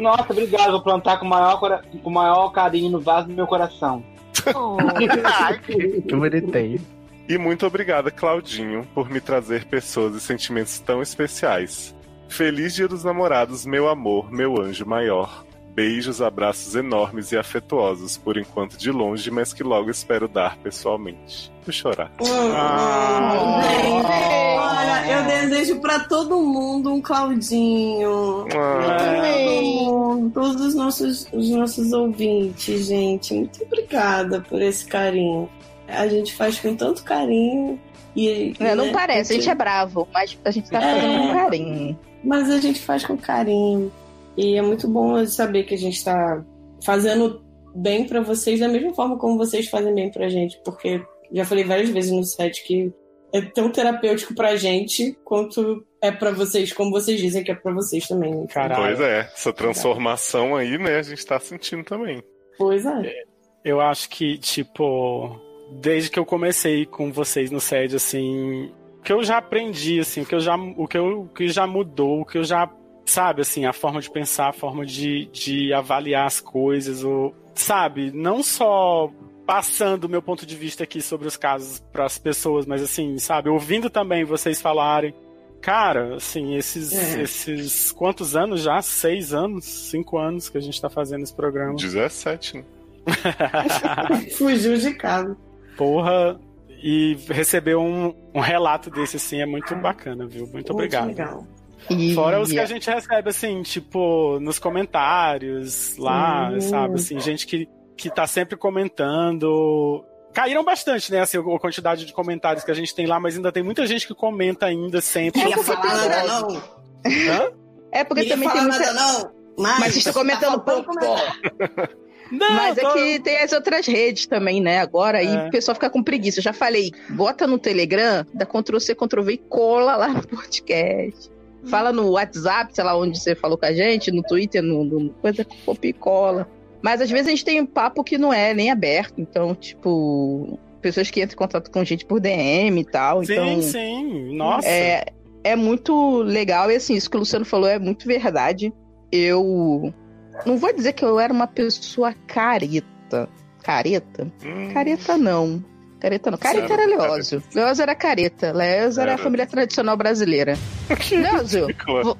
Nossa, obrigado. Vou plantar com o maior, cora- com o maior carinho no vaso do meu coração. Que bonitinho. E muito obrigada, Claudinho, por me trazer pessoas e sentimentos tão especiais. Feliz Dia dos Namorados, meu amor, meu anjo maior. Beijos, abraços enormes e afetuosos, por enquanto de longe, mas que logo espero dar pessoalmente. Vou chorar. Olha, eu É. desejo pra todo mundo um Claudinho. Ah. Todo mundo, todos os nossos, os nossos ouvintes, gente. Muito obrigada por esse carinho. A gente faz com tanto carinho. E, É, não né, parece, a gente é bravo, mas a gente tá fazendo É. com carinho. Mas a gente faz com carinho. E é muito bom saber que a gente tá fazendo bem pra vocês da mesma forma como vocês fazem bem pra gente. Porque já falei várias vezes no set que é tão terapêutico pra gente quanto é pra vocês, como vocês dizem que é pra vocês também. Pois é, essa transformação aí, né, a gente tá sentindo também. Pois é. Eu acho que, tipo, desde que eu comecei com vocês no SED, assim, o que eu já aprendi, assim, o que eu já, o que eu, o que já mudou, o que eu já, sabe, assim, a forma de pensar, a forma de, de avaliar as coisas, ou, sabe, não só passando o meu ponto de vista aqui sobre os casos para as pessoas, mas assim, sabe, ouvindo também vocês falarem. Cara, assim, esses, É. esses quantos anos já? Seis anos? Cinco anos que a gente tá fazendo esse programa. 17, né? Fugiu de casa. Porra, e receber um, um relato desse, assim, é muito bacana, viu? Muito obrigado. legal. Fora é- os que a gente recebe, assim, tipo, nos comentários lá, Uhum. Hum. sabe? Assim, gente que, que tá sempre comentando. Caíram bastante, né? Assim, a quantidade de comentários que a gente tem lá, mas ainda tem muita gente que comenta ainda sempre. É porque tem- Hã? É porque Ninguém também tem fala muita. nada, não. Mas- vocês estão tá comentando pouco, pô. Mas é que tem as outras redes também, né? Agora aí É. o pessoal fica com preguiça. Eu já falei, bota no Telegram, dá Ctrl C, Ctrl V e cola lá no podcast. Fala no WhatsApp, sei lá onde você falou com a gente, no Twitter, no, no coisa, copia e cola. Mas às vezes a gente tem um papo que não é nem aberto, então, tipo, pessoas que entram em contato com gente por DM e tal. Sim, então, sim, nossa. É, é muito legal, e assim, isso que o Luciano falou é muito verdade. Eu não vou dizer que eu era uma pessoa careta. Careta? Careta não. Careta não. Careta Hum. Sério? era Leózio. Leózio era careta. Leózio era a Era. família tradicional brasileira. Leózio, vo-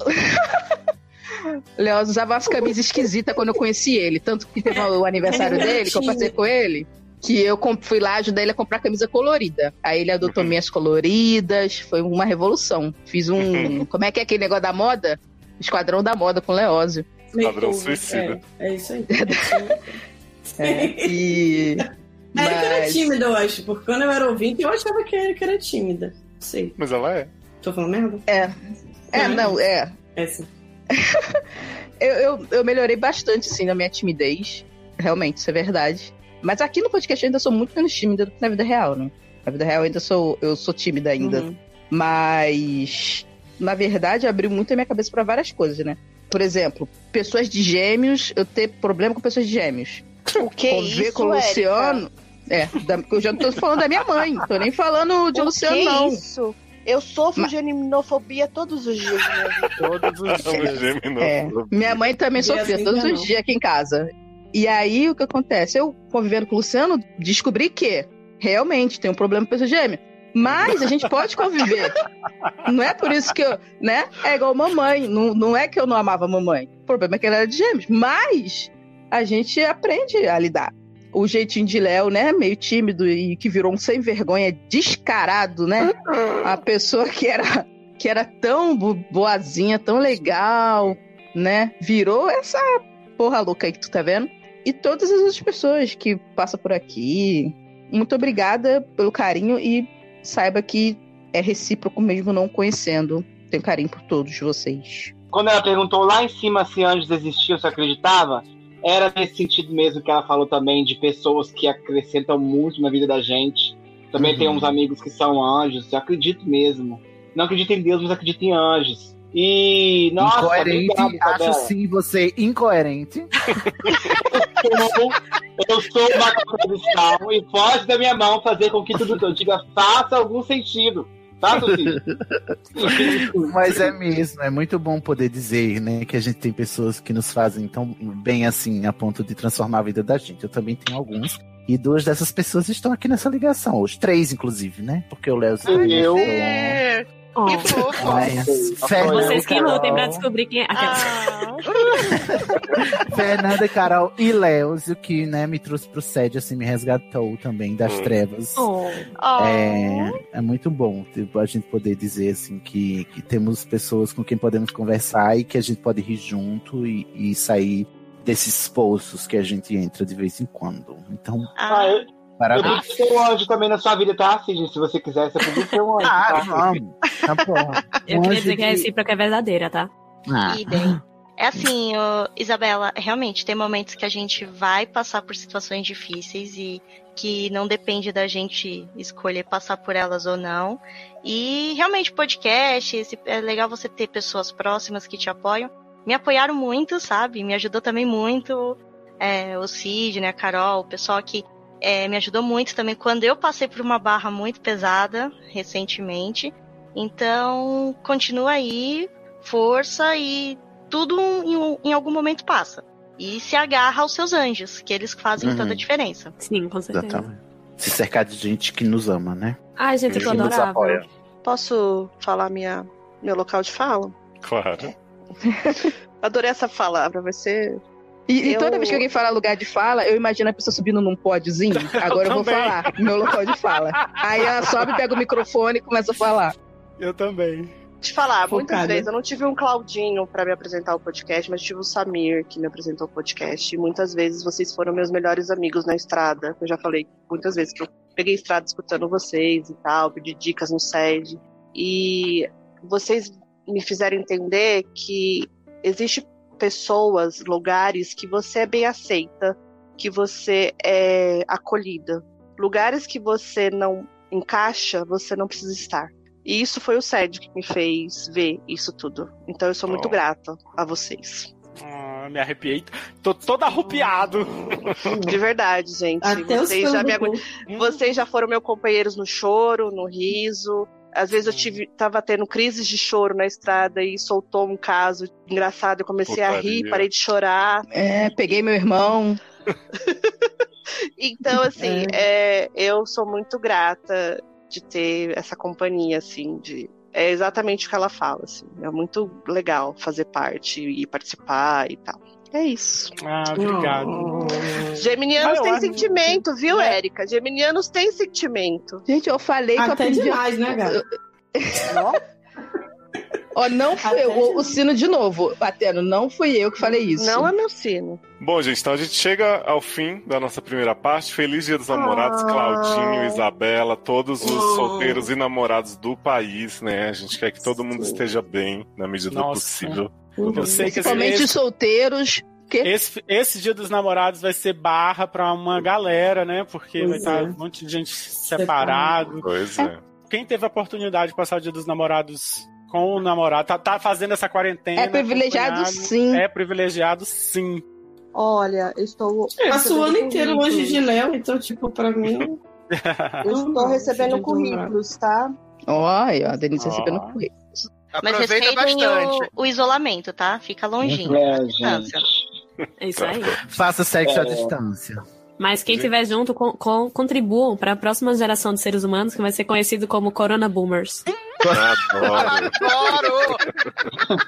Leoz usava umas camisas esquisitas quando eu conheci ele. Tanto que teve o aniversário Ele é dele, que eu gatinho. passei com ele, que eu com- fui lá ajudar ele a comprar camisa colorida. Aí ele adotou minhas coloridas, foi uma revolução. Fiz um. como é que é aquele negócio da moda? Esquadrão da moda com Leózio. Esquadrão Suicida. É, é isso aí. É, e. Mas... Érica era Mas- tímida, eu acho, porque quando eu era ouvinte, eu achava que a Érica era tímida. Não Sei. Mas ela é. Tô falando merda? É. É, não, é. Essa. eu, eu, eu melhorei bastante, assim, na minha timidez. Realmente, isso é verdade. Mas aqui no podcast eu ainda sou muito menos tímida do que na vida real, né? Na vida real eu ainda sou, eu sou tímida ainda. Uhum. Mas, na verdade, abriu muito a minha cabeça pra várias coisas, né? Por exemplo, pessoas de gêmeos, eu ter problema com pessoas de gêmeos. O que Conviver isso, com o Érica? Luciano. É, da, eu já não tô falando da minha mãe, tô nem falando de O Luciano, que não. isso? Eu sofro de aminofobia todos os dias. Todos os dias. Gemini, É. Minha mãe também Dia sofria sim, todos dia os não. dias aqui em casa. E aí, o que acontece? Eu, convivendo com o Luciano, descobri que realmente tem um problema com pessoa gêmea. Mas a gente pode conviver. Não é por isso que eu, né? É igual mamãe. Não, não é que eu não amava mamãe. O problema é que ela era de gêmeos. Mas a gente aprende a lidar. O jeitinho de Léo, né? Meio tímido e que virou um sem vergonha descarado, né? A pessoa que era, que era tão bo- boazinha, tão legal, né? Virou essa porra louca aí que tu tá vendo. E todas as outras pessoas que passam por aqui. Muito obrigada pelo carinho e saiba que é recíproco mesmo não conhecendo. Tenho carinho por todos vocês. Quando ela perguntou lá em cima se anjos existiam, se acreditava, era nesse sentido mesmo que ela falou também de pessoas que acrescentam muito na vida da gente. Também Uhum. tem uns amigos que são anjos, eu acredito mesmo. Não acredito em Deus, mas acredito em anjos. E, nossa, incoerente, obrigado, acho Isabela. sim você incoerente. Eu sou uma contradição e pode da minha mão fazer com que tudo que eu diga faça algum sentido. Tá, Faça sim. Mas é mesmo, é muito bom poder dizer, né, que a gente tem pessoas que nos fazem tão bem assim, a ponto de transformar a vida da gente. Eu também tenho alguns. E duas dessas pessoas estão aqui nessa ligação. Os três, inclusive, né? Porque o Léo... é um Eu. Que fofo. é Mas, Fernanda, Vocês que lutem pra Carol, descobrir quem é. Fernanda, Carol e Léozio, que né, me trouxe pro sede, assim, me resgatou também das trevas. Oh. É, é muito bom tipo, a gente poder dizer assim que, que temos pessoas com quem podemos conversar e que a gente pode rir junto e, e sair desses poços que a gente entra de vez em quando. Então, Ah, eu, eu parabéns. podia ser um anjo também na sua vida, tá, Sidney? Se você quiser, você podia ser um anjo. Ah, tá? vamos. Tá bom. Eu Longe queria dizer que a de- recíproca é verdadeira, tá? Ah. Idem. É assim, ô, Isabela, realmente tem momentos que a gente vai passar por situações difíceis e que não depende da gente escolher passar por elas ou não. E realmente podcast, esse- é legal você ter pessoas próximas que te apoiam. Me apoiaram muito, sabe? Me ajudou também muito é, o Sidney, a Carol, o pessoal que é, me ajudou muito também quando eu passei por uma barra muito pesada recentemente. Então, continua aí, força e tudo um- em, um- em algum momento passa. E se agarra aos seus anjos, que eles fazem Uhum. toda a diferença. Sim, com Exatamente. tá Se cercar de gente que nos ama, né? Ai, Que nos apoia. Posso falar minha, meu local de fala. Claro. Adorei essa palavra, vai ser. E, e Eu- toda vez que alguém fala lugar de fala, eu imagino a pessoa subindo num pódiozinho. Agora eu, vou também. falar, meu local de fala. Aí ela sobe, pega o microfone e começa a falar. Eu também. Te falar, muitas Focada. vezes eu não tive um Claudinho pra me apresentar o podcast, mas tive o Samir que me apresentou o podcast. E muitas vezes vocês foram meus melhores amigos na estrada. Eu já falei muitas vezes que eu peguei estrada escutando vocês e tal, pedi dicas no SED. E vocês me fizeram entender que existe pessoas, lugares que você é bem aceita, que você é acolhida. Lugares que você não encaixa, você não precisa estar. E isso foi o SED que me fez ver isso tudo. Então eu sou muito Oh. grata a vocês. Ah, me arrepiei. Tô todo arrupiado. De verdade, gente. Até os vocês, já me agu... fãs vocês já foram meus companheiros no choro, no riso. Às vezes eu tive, tava tendo crises de choro na estrada e soltou um caso engraçado. Eu comecei a rir, Putaria. parei de chorar. É, peguei meu irmão. Então, assim, é, eu sou muito grata de ter essa companhia, assim, de. É exatamente o que ela fala, assim. É muito legal fazer parte e participar e tal. É isso. Ah, obrigado. Geminianos Vai têm lá. sentimento, viu, Érica? Geminianos têm sentimento. Gente, eu falei que eu aprendi. né, né, Ó, não fui eu. O, o sino de novo, batendo. Não fui eu que falei isso. Não é meu sino. Bom, gente, então a gente chega ao fim da nossa primeira parte. Feliz Dia dos Namorados, Ah. Claudinho, Isabela, todos os Oh. solteiros e namorados do país, né? A gente quer que todo mundo esteja bem, na medida do Nossa. possível. Eu sei que esse, Principalmente os esse, solteiros. esse, esse dia dos namorados vai ser barra pra uma galera, né? Porque vai Pois estar é. um monte de gente separado. Pois é. Quem teve a oportunidade de passar o dia dos namorados com o namorado, tá, tá fazendo essa quarentena. É privilegiado, acompanhado, sim. É privilegiado sim. Olha, eu estou. É, Passo o ano inteiro longe de Léo, então, tipo, pra mim. Eu estou recebendo currículos, tá? Olha, a Denise Ó. recebendo currículo. Mas Aproveita respeitem bastante. O, o isolamento, tá? Fica longinho. Uhum. É, à distância. É isso aí. Faça sexo à É. distância. Mas quem estiver junto, con- con- contribuam para a próxima geração de seres humanos que vai ser conhecido como Corona Boomers. Adoro. Adoro!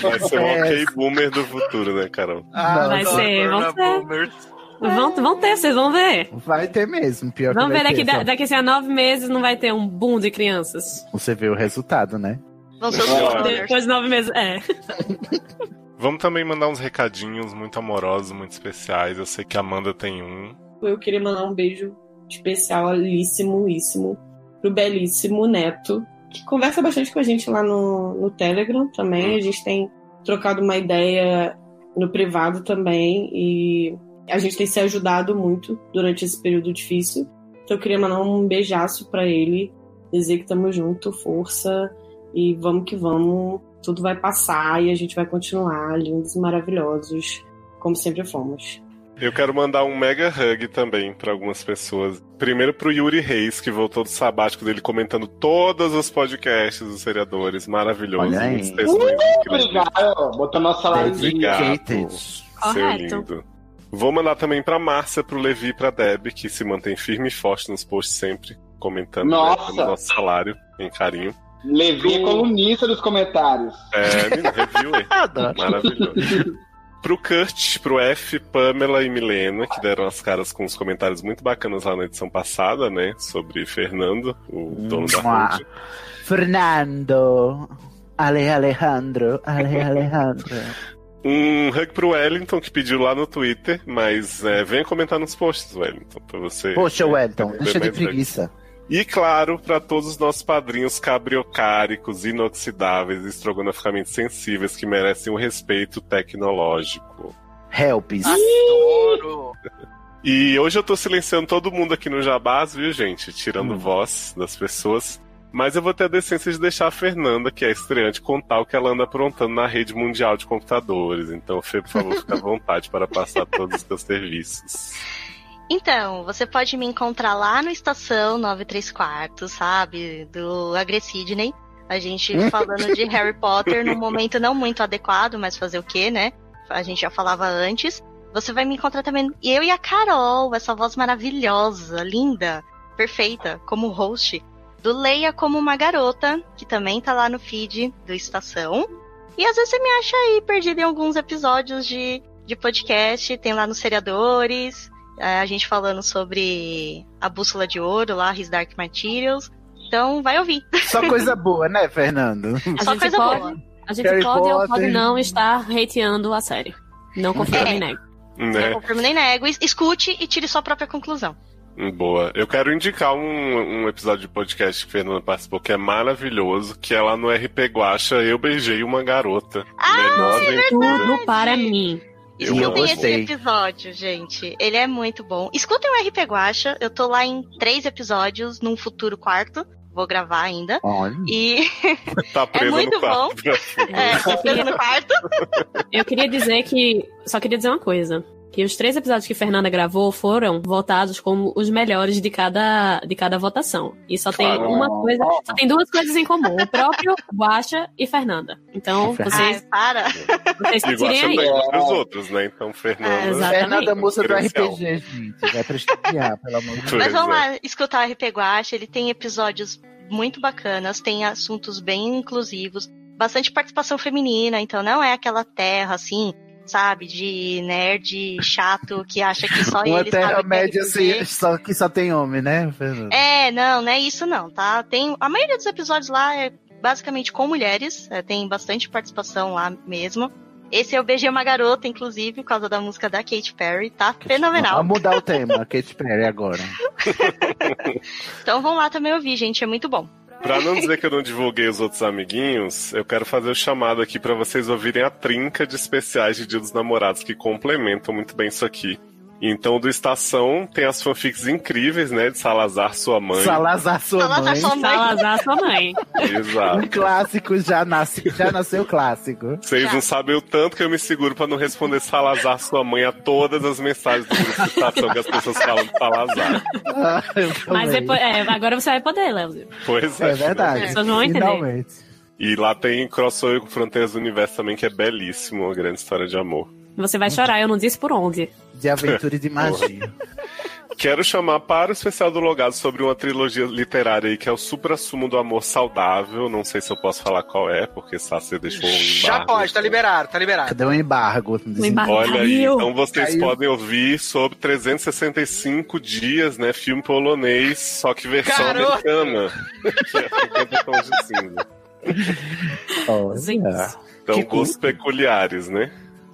Vai ser um É. ok boomer do futuro, né, Carol? Ah, vai ser, vão ter. Vão, vão ter, vocês vão ver. Vai ter mesmo, pior Vamos que ver vai daqui, ter, da- só daqui a nove meses não vai ter um boom de crianças. Você vê o resultado, né? Vão ser os boomers. Depois de nove meses, é. Vamos também mandar uns recadinhos muito amorosos, muito especiais. Eu sei que a Amanda tem um. Eu queria mandar um beijo especial, alíssimo, íssimo, pro belíssimo Neto, que conversa bastante com a gente lá no, no Telegram também. A gente tem trocado uma ideia no privado também e a gente tem se ajudado muito durante esse período difícil. Então eu queria mandar um beijaço pra ele, dizer que estamos junto, força e vamos que vamos. Tudo vai passar e a gente vai continuar lindos e maravilhosos, como sempre fomos. Eu quero mandar um mega hug também pra algumas pessoas. Primeiro pro Yuri Reis, que voltou do sabático dele comentando todos os podcasts dos seriadores. Maravilhoso. Olha aí. Muitos testemunhos Uh, incríveis. obrigado. Botou nosso salário Obrigado. Seu Correto. lindo. Vou mandar também pra Márcia, pro Levi e pra Deb, que se mantém firme e forte nos posts sempre, comentando Nossa. né, o nosso salário em carinho. Levi é colunista dos comentários. É, menino, reviewer. Adoro. Maravilhoso. Pro Kurt, pro F, Pamela e Milena, que deram as caras com uns comentários muito bacanas lá na edição passada, né? Sobre Fernando, o dono da Mua. rede. Fernando. Ale Alejandro. Ale Alejandro. Um hug pro Wellington, que pediu lá no Twitter, mas é, venha comentar nos posts, Wellington, pra você. Poxa, Wellington, Receber deixa de mais hug. preguiça. E claro, para todos os nossos padrinhos cabriocáricos, inoxidáveis e estrogonoficamente sensíveis que merecem o respeito tecnológico. Helps. E hoje eu tô silenciando todo mundo aqui no Jabás, viu, gente? Tirando Hum. voz das pessoas. Mas eu vou ter a decência de deixar a Fernanda, que é estreante, contar o que ela anda aprontando na rede mundial de computadores. Então, Fê, por favor, fica à vontade para passar todos os seus serviços. Então, você pode me encontrar lá no Estação 93 Quartos, sabe? Do Agressidney. A Uhum. gente falando de Harry Potter num momento não muito adequado, mas fazer o quê, né? A gente já falava antes. Você vai me encontrar também, eu e a Carol, essa voz maravilhosa, linda, perfeita, como host, do Leia Como Uma Garota, que que também tá lá no feed do Estação. E às vezes você me acha aí perdida em alguns episódios de, de podcast, tem lá nos seriadores, é, a gente falando sobre a bússola de ouro lá, His Dark Materials. Então vai ouvir. Só coisa boa, né, Fernando? A Só gente coisa pode, boa. A gente Harry pode ou pode Potter. não estar hateando a série. Não confirma É. nem nego. Né? Eu nem nego, es- escute e tire sua própria conclusão. Hum, Boa. Eu quero indicar um, um episódio de podcast que a Fernanda participou, que é maravilhoso, que é lá no RP Guacha, Eu Beijei Uma Garota. Ah, Né? é Menor aventura. Tudo para mim. Eu Escutem esse gostei. episódio, gente. Ele é muito bom. Escutem o RP Guacha. Eu tô lá em três episódios, num futuro quarto. Vou gravar ainda. Ah. Olha. E Tá é presa muito no bom. quarto. É, tá preso no quarto. Eu queria dizer que. Só queria dizer uma coisa. Que os três episódios que Fernanda gravou foram votados como os melhores de cada, de cada votação. E só tem Claro. uma coisa. Só tem duas coisas em comum: o próprio Guacha e Fernanda. Então, vocês. Ai, para. Vocês E tirem gosta aí. melhor dos outros, né? Então, É, Fernanda. exatamente. Fernanda, moça do Diferencial. RPG, gente. Vai prestigiar, pelo amor de Deus. Mas vamos lá escutar o RP Guacha. Ele tem episódios muito bacanas, tem assuntos bem inclusivos, bastante participação feminina, então não é aquela terra assim, sabe, de nerd chato que acha que só Uma ele sabe. o que terra-média ele vê. assim, só, que só tem homem, né, Fernando? É, não, não é isso não, tá? Tem a maioria dos episódios lá é basicamente com mulheres, é, tem bastante participação lá mesmo. Esse é eu beijei uma garota, inclusive, por causa da música da Katy Perry, tá? Fenomenal. Vamos mudar o tema, Kate Perry agora. Então vão lá também ouvir, gente, é muito bom. Pra não dizer que eu não divulguei os outros amiguinhos, eu quero fazer o chamado aqui pra vocês ouvirem a trinca de especiais de Dia dos Namorados que complementam muito bem isso aqui. Então, do Estação tem as fanfics incríveis, né? De Salazar, sua mãe. Salazar sua mãe. Salazar, sua mãe. Exato. Um clássico já, nasce, já nasceu clássico. Vocês não sabem o tanto que eu me seguro pra não responder Salazar, sua mãe, a todas as mensagens do grupo de Estação que as pessoas falam de Salazar. Ah, eu Mas também. depois, é, agora você vai poder, Léo. Pois é. É verdade. As pessoas vão entender. Finalmente. E lá tem Crossover com Fronteiras do Universo também, que é belíssimo, uma grande história de amor. Você vai chorar, eu não disse por onde. De aventura e de magia. Quero chamar para o especial do Logado sobre uma trilogia literária aí, que é o supra-sumo do amor saudável. Não sei se eu posso falar qual é, porque Sassi deixou um Já embargo. pode, tá liberado, tá liberado. Cadê o Um embargo? embargo Olha aí, Caiu. então vocês Caiu. podem ouvir sobre 365 dias, né? Filme polonês, só que versão Garoto! americana. que é 50 tons de cinza. Então, gostos peculiares, né?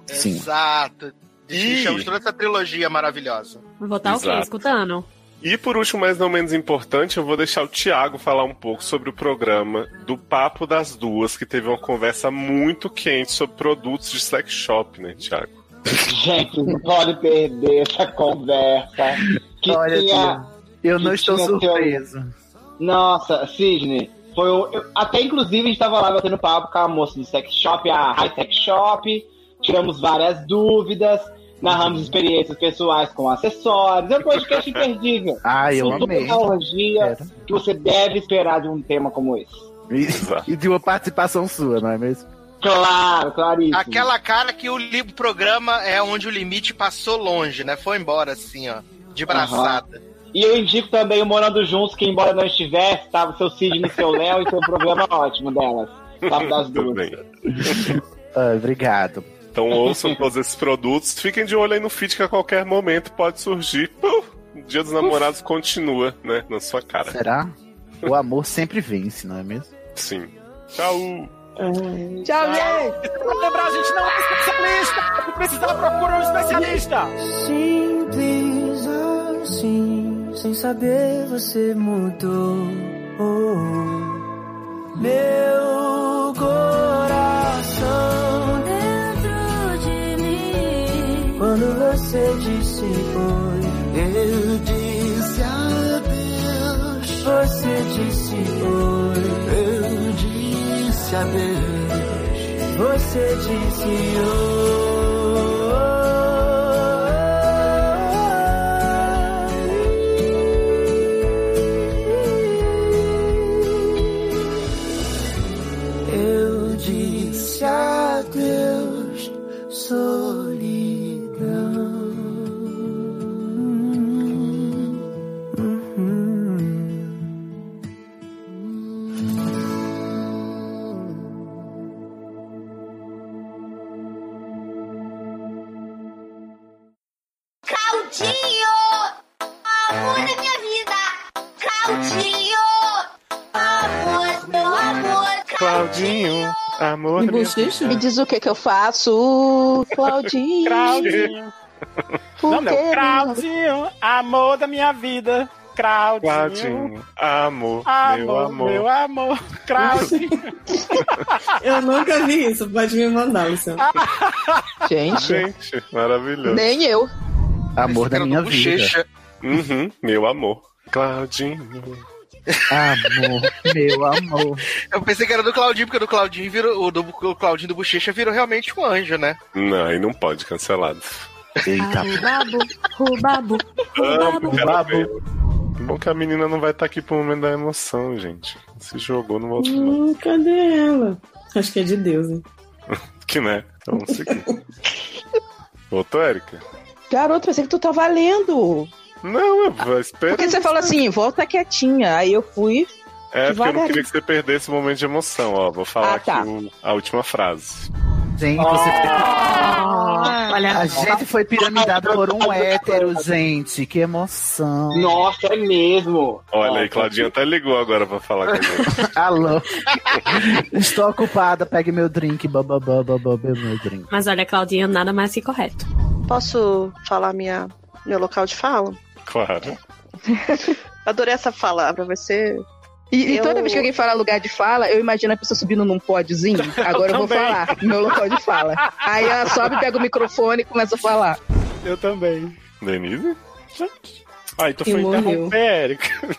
Sim. Exato. Ih. Deixamos toda essa trilogia maravilhosa. Vou botar o quê? Exato. Escutando? E por último, mas não menos importante, eu vou deixar o Thiago falar um pouco sobre o programa do Papo das Duas, que teve uma conversa muito quente sobre produtos de sex shop, né, Thiago? Gente, não pode perder essa conversa. Que Olha, tinha, eu não que estou tinha teu- surpreso. Nossa, Cisne, foi o- eu- até inclusive a gente tava lá batendo papo com a moça do sex shop, a High Sex Shop, tiramos várias dúvidas, narramos experiências pessoais com acessórios, é um podcast imperdível. Ah, eu Tudo amei. É, tá. na orgia que você deve esperar de um tema como esse. E, e de uma participação sua, não é mesmo? Claro, claríssimo. Aquela cara que o li- programa é onde o limite passou longe, né? Foi embora assim, ó. De braçada. E eu indico também o Morando Juntos, que embora não estivesse, tava seu Sidney, seu Léo e seu programa é ótimo delas. Papo das Tudo duas. bem. Ah, obrigado. Então ouçam todos esses produtos, fiquem de olho aí no feed que a qualquer momento pode surgir. Puf, Dia dos Namorados continua, né, na sua cara. Será? O amor sempre vence, não é mesmo? Sim. Tchau. Tchau, Pra lembrar, a gente não é especialista. Se precisar, procura um especialista. Simples assim, sem saber você mudou. Oh, meu coração dentro de mim. Quando você disse oi, eu disse adeus. Você disse oi, eu disse adeus. Você disse "Oh". oi. Eu disse adeus, solidão. Uhum. Claudinho, amor da minha vida. Claudinho, amor, meu amor. Claudinho, amor. Me diz o que que eu faço, Claudinho. Claudinho. Não, né? não. Claudinho, amor da minha vida. Claudinho. Claudinho, amor, meu amor. Meu amor. Claudinho. Eu nunca vi isso. Pode me mandar, Luciano. Gente, maravilhoso. eu. Amor da minha vida. Bochecha. Uhum, meu amor. Claudinho. Amor, meu amor. Eu pensei que era do Claudinho, porque o do Claudinho virou. O do o Claudinho do Bochecha virou realmente um anjo, né? Não, aí não pode, cancelado. Eita. Rubabu, rubabu, Amo, rubabu. quero ver. Que Bom que a menina não vai estar aqui pro momento da emoção, gente. Se jogou, não voltou mais. Hum, cadê ela? Acho que é de Deus, hein? Que né? Então vamos seguir. Voltou, Érica? Garoto, pensei que tu tava lendo. Não, eu espero. Porque você falou assim, volta quietinha. Aí eu fui. É, porque eu não Devagar. queria que você perdesse o momento de emoção, ó. Vou falar Ah, tá. aqui o- a última frase. Gente, você Olha A gente foi piramidado por um hétero, gente. Que emoção. Nossa, é mesmo. Ah, Olha tá aí, Claudinha até ligou agora pra falar com a gente. Alô. Estou ocupada, pegue meu drink. Bababá, babá, meu drink. Mas olha, Claudinha, nada mais que correto. Posso falar minha, meu local de fala? Claro. Adorei essa palavra, vai ser. E, e Eu- toda vez que alguém fala lugar de fala, eu imagino a pessoa subindo num pódiozinho. Agora eu, vou também. falar, meu local de fala. Aí ela sobe, pega o microfone e começa a falar. Eu também. Denise? Ai, tu E foi morreu. interromper, "Ah, Érica.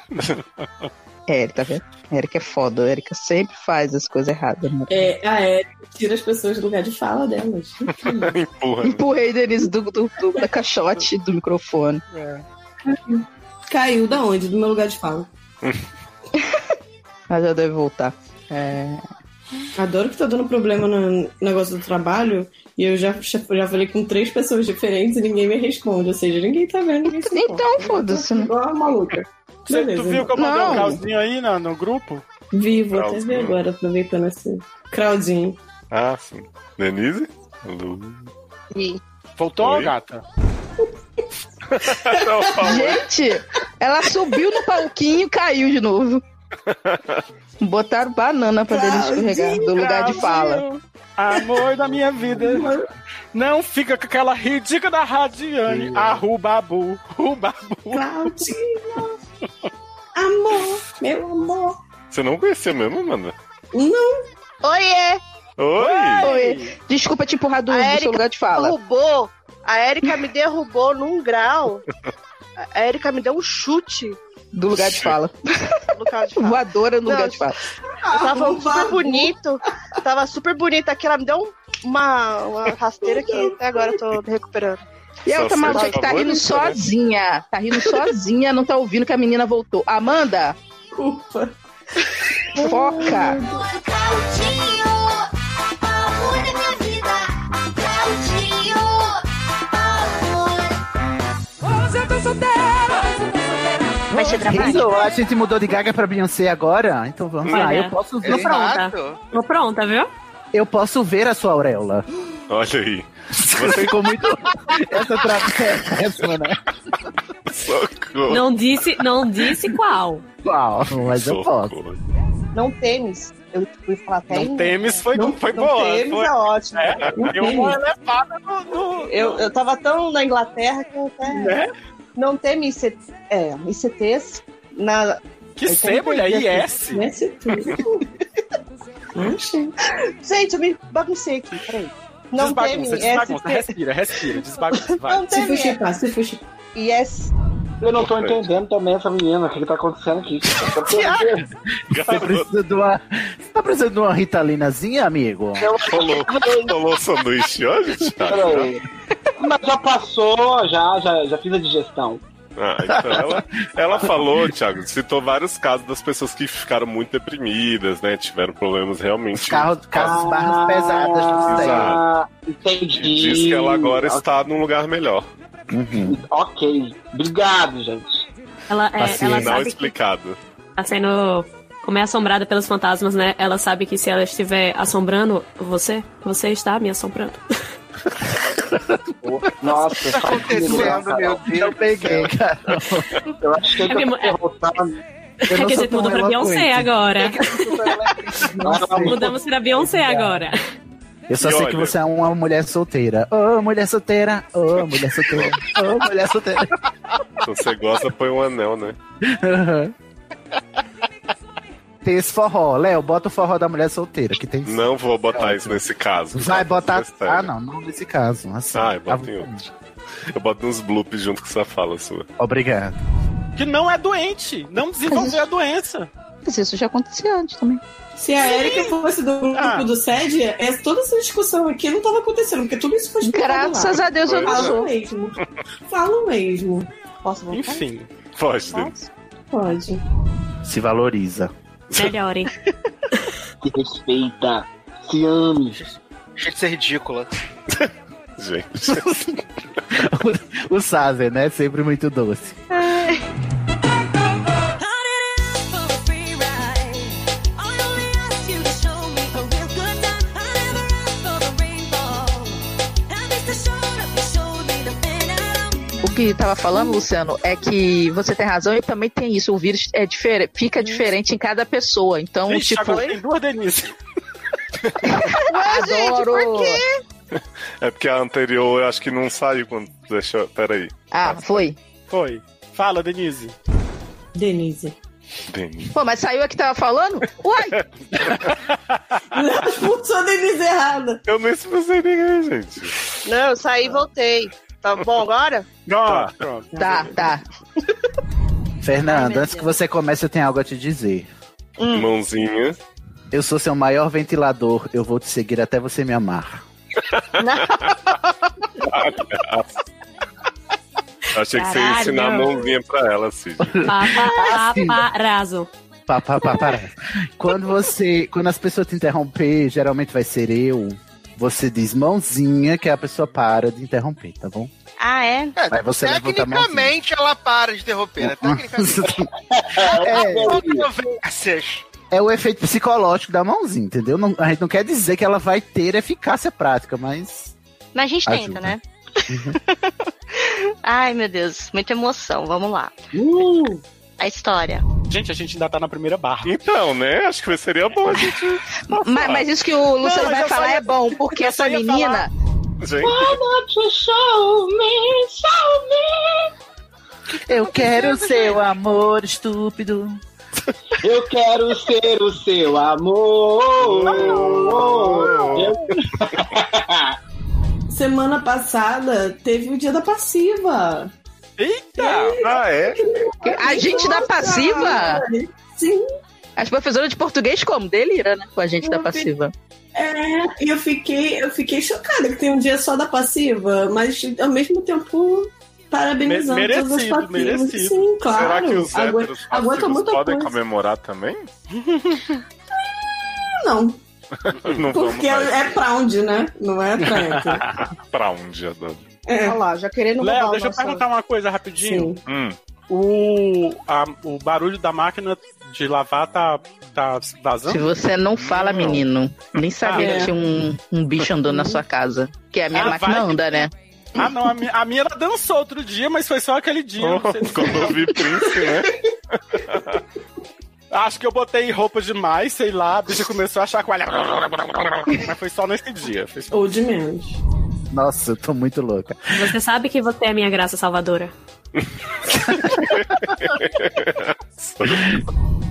É, tá vendo? Érica é foda, Érica sempre faz as coisas erradas. né? amor. É, a Erika tira as pessoas do lugar de fala delas. Empurra. né? Empurrei Denise do, do, do- da caixote do microfone. É. Caiu da onde? Do meu lugar de fala. Mas já deve voltar. É... Adoro que tá dando problema no negócio do trabalho e eu já, já falei com três pessoas diferentes e ninguém me responde. Ou seja, ninguém tá vendo. Ninguém se então, foda-se. né? Igual uma maluca. Você, tu Beleza. viu que eu mandei um Não. calzinho aí no, no grupo? Vivo, até Claudinho. ver agora, aproveitando esse Claudinho. Ah, sim. Denise? Lu. Voltou, Oi? gata? um né? Gente, ela subiu no palquinho e caiu de novo. Botaram banana pra Denise escorregar do lugar de fala. Brasil, Amor da minha vida. Não fica com aquela ridícula da Radiane. Arrubabu. Rubabu. Claudinho. Amor, meu amor. Você não conhecia mesmo, Amanda? Não. Oiê! Oi! Desculpa te empurrar do, A do Erika seu lugar de fala. derrubou. A Erika me derrubou num grau. A- A Erika me deu um chute. Do lugar de fala. Lugar de fala. Voadora no Não, lugar de fala. Ah, Eu tava um falando super Arrombado. bonito. Tava super bonito aqui. Ela me deu um- uma, uma rasteira que até agora eu tô me recuperando. E a outra maluca que tá né? rindo sozinha. Tá rindo sozinha, não tá ouvindo que a menina voltou. Amanda! Desculpa. Foca! Claudinho, amor da minha vida. Claudinho, amor. Hoje eu tô solteira, hoje eu tô solteira. Vai é ser Hello, a gente mudou de Gaga pra Beyoncé agora? Então vamos lá. Eu posso ver. Tô pronta. Tô pronta, viu? Eu posso ver a sua auréola. Olha aí. Você ficou muito. Essa tradução é péssima, né? Socorro. Não disse, não disse qual. Qual? Mas eu posso. Socorro. Não temes. Eu fui falar até Não em- temes foi, Não- foi não boa. temes foi... é ótimo. É, Não deu uma temes. elevada no. no- Eu, eu tava tão na Inglaterra que eu até. Né? Não teme IC, é, ICTs na. Que Eu ser, mulher, tenho- IS. Nesse tudo. Gente, eu me baguncei aqui, peraí. Não teme Desbagunça, desbagunça. IST. Respira, respira. Desbagunça, vai. Não Se teme fuxi, pá, se fuxi. IS. Eu não tô entendendo também essa menina. O que, que tá acontecendo aqui? Eu tô perdendo. Você precisa Tá de uma. Você tá precisando de uma ritalinazinha, amigo? Rolou, rolou sanduíche hoje, Thiago? Peraí. Mas já passou, já, já, já fiz a digestão. Ah, então ela, ela falou, Thiago, citou vários casos das pessoas que ficaram muito deprimidas, né? Tiveram problemas realmente. Carros, carros barras pesadas. não sei. Ah, E entendi. diz que ela agora está num lugar melhor. Uhum. Ok. Obrigado, gente. Ela, é, Assim, ela não sabe que explicado. tá sendo. Como é assombrada pelos fantasmas, né? Ela sabe que se ela estiver assombrando você, você está me assombrando. Nossa, Tá faz comigo, acontecendo, Carol. meu Deus Eu peguei, cara. Eu acho que eu É tô mesmo, é- revoltado. É que a gente mudou pra Beyoncé agora. Mudamos pra Beyoncé agora. Eu só E sei olha- que você é uma mulher solteira. Ô, mulher solteira! Ô, mulher solteira! Ô, mulher solteira! Se você gosta, põe um anel, né? Aham. Uhum. Tem esse forró. Léo, bota o forró da mulher solteira, que tem... Não vou botar isso nesse caso. tá? Vai botar... besteira. Ah, não, não nesse caso. Assim, Ah, eu boto em outro. Eu boto uns bloops junto com essa fala sua. Obrigado. Que não é doente. Não desenvolveu a doença. Mas isso já acontecia antes também. Se a Erika fosse do grupo Ah. do SED, é, toda essa discussão aqui não tava acontecendo, porque tudo isso foi explicado Graças lá. a Deus eu não Falo sou. mesmo. Falo mesmo. Posso voltar? Enfim. Pode, Denise. Pode. Se valoriza. Melhorem. Se respeita. Se ame. Gente, isso é ridícula. Gente. o Sazer, né? Sempre muito doce. O que tava falando, Luciano, é que você tem razão e também tem isso. O vírus é difere- fica diferente em cada pessoa. Então, Vixe, tipo. agora tem duas Denise. Adoro. É porque a anterior eu acho que não saiu quando. Deixa eu. Peraí. Ah, foi. Foi. Fala, Denise. Denise. Denise. Pô, mas saiu a que tava falando? Uai! Não, expulsou a Denise errada. Eu não expulsei ninguém, gente. Não, eu saí e voltei. Tá bom agora? Ah, Tá. Tá, tá. Fernanda, antes que você comece, eu tenho algo a te dizer. Hum. Mãozinha. Eu sou seu maior ventilador. Eu vou te seguir até você me amar. Eu Achei que você ia ensinar a Caralho. mãozinha pra ela, Cid. Ah, Ah, Paparazzo. Pá, pá, pá, pá. quando você. Quando as pessoas te interromper, geralmente vai ser eu. Você diz mãozinha que a pessoa para de interromper, tá bom? Ah, é? Aí você levanta a assim. mãozinha. Tecnicamente ela para de interromper, né? Tecnicamente. É. Controvérsias. É o efeito psicológico da mãozinha, entendeu? Não- a gente não quer dizer que ela vai ter eficácia prática, mas. Mas a gente Ajuda. tenta, né? Ai, meu Deus, muita emoção. Vamos lá. A história. Gente, a gente ainda tá na primeira barra. Então, né? Acho que seria bom a gente. Mas, mas isso que o Não, mas Luciano vai eu só falar ia- é bom, porque eu essa só ia menina. Gente. show me, show me. Eu quero seu amor estúpido. Eu quero ser o seu amor. Eu- Semana passada teve o dia da passiva. Eita! Ah, é? A gente da passiva? Sim. As professoras de português como? Delira, né? Com a gente da passiva. É, e eu fiquei, eu fiquei chocada que tem um dia só da passiva, mas ao mesmo tempo parabenizando Me- todas as merecido, passivas. merecido. Sim, claro. Será que os Agua- héteros aguenta passivos muita podem coisa. comemorar também? Ah, Não, não porque é proud, né? Não é tanto. pra onde, Adão? É. Olha lá, já querendo mudar Léo, o deixa eu nosso- perguntar uma coisa rapidinho. Hum. O, a- o barulho da máquina de lavar tá, tá vazando? Se você não fala, menino, nem Ah, sabia é. que tinha um, um bicho andando na sua casa. Que a minha Ah, vai. máquina anda, né? Ah, não, a minha, a minha ela dançou outro dia, mas foi só aquele dia. não sei se- Oh, Quando eu vi Prince, né? Acho que eu botei roupa demais, sei lá, a bicha começou a chacoalhar. Mas foi só nesse dia. Foi só... Ou de menos. Nossa, eu tô muito louca. Você sabe que você é a minha graça salvadora.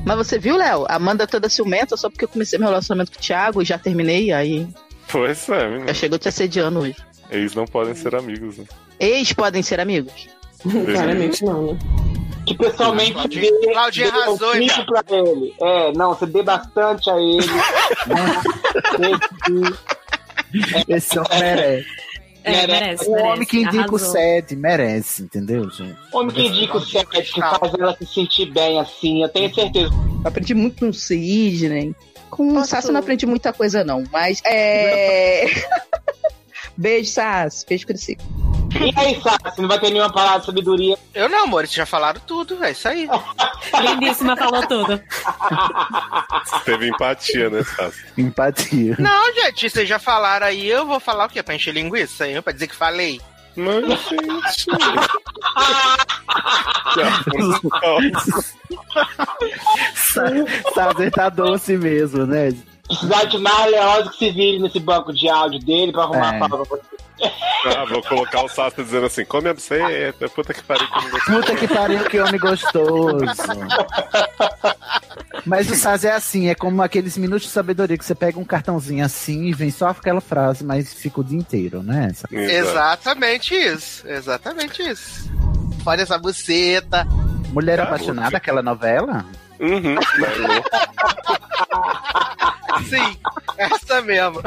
Mas você viu, Léo? Amanda toda ciumenta só porque eu comecei meu relacionamento com o Thiago e já terminei, aí Pois é, menino. já chegou te assediando hoje. Eles não podem ser amigos, né? Ex podem ser amigos? Uhum. Claramente não, né? Que pessoalmente Claudinha- dê, Claudinha dê um arrasou, hein, filho pra ele. É, não, você dê bastante a ele. Esse homem merece. É, merece, O homem que merece. indica o Arrasou. sede merece, entendeu, gente? Homem que indica o sexo, que faz ela se sentir bem assim, eu tenho certeza. Aprendi muito com o Sidney. Com o Sassi eu não aprendi muita coisa, não. Mas é. beijo, Sassi. Beijo, Cresci. E aí, Sassi, não vai ter nenhuma parada de sabedoria? Eu não, amor, eles já falaram tudo, é isso aí. Lindíssima falou tudo. Teve empatia, né, Sassi? Empatia. Não, gente, vocês já falaram aí, eu vou falar o quê? Pra encher linguiça aí, pra dizer que falei. Mano, Sabe, tá doce mesmo, né? Precisar de mais leosa que se vire nesse banco de áudio dele pra arrumar É. a palavra pra você. Ah, vou colocar o Sassi dizendo assim: come a buceta, puta que pariu. que ninguém- Puta que pariu, que homem gostoso. Mas o Saz é assim, é como aqueles minutos de sabedoria que você pega um cartãozinho assim e vem só aquela frase, mas fica o dia inteiro, né? Sabe? Exatamente isso. Exatamente isso. Olha essa buceta. Mulher Apaixonada, aquela novela? Uhum. Sim, essa mesmo.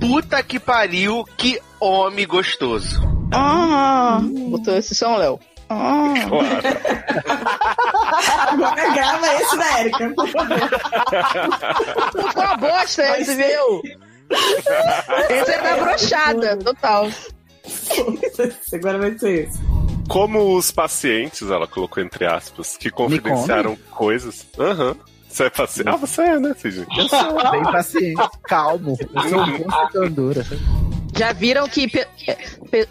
Puta que pariu, que homem gostoso. Ah, botou esse som, Léo. Ah. Agora grava esse da Erika. por favor. Foi uma bosta esse, viu? Esse é da brochada, total. Agora vai ser isso. Como os pacientes, ela colocou entre aspas, que confidenciaram coisas. Aham. Você é paciente? Ah, você é, né, Cid? Eu sou bem paciente, calmo, eu sou um monstro de candura. Já viram que. pe- pe-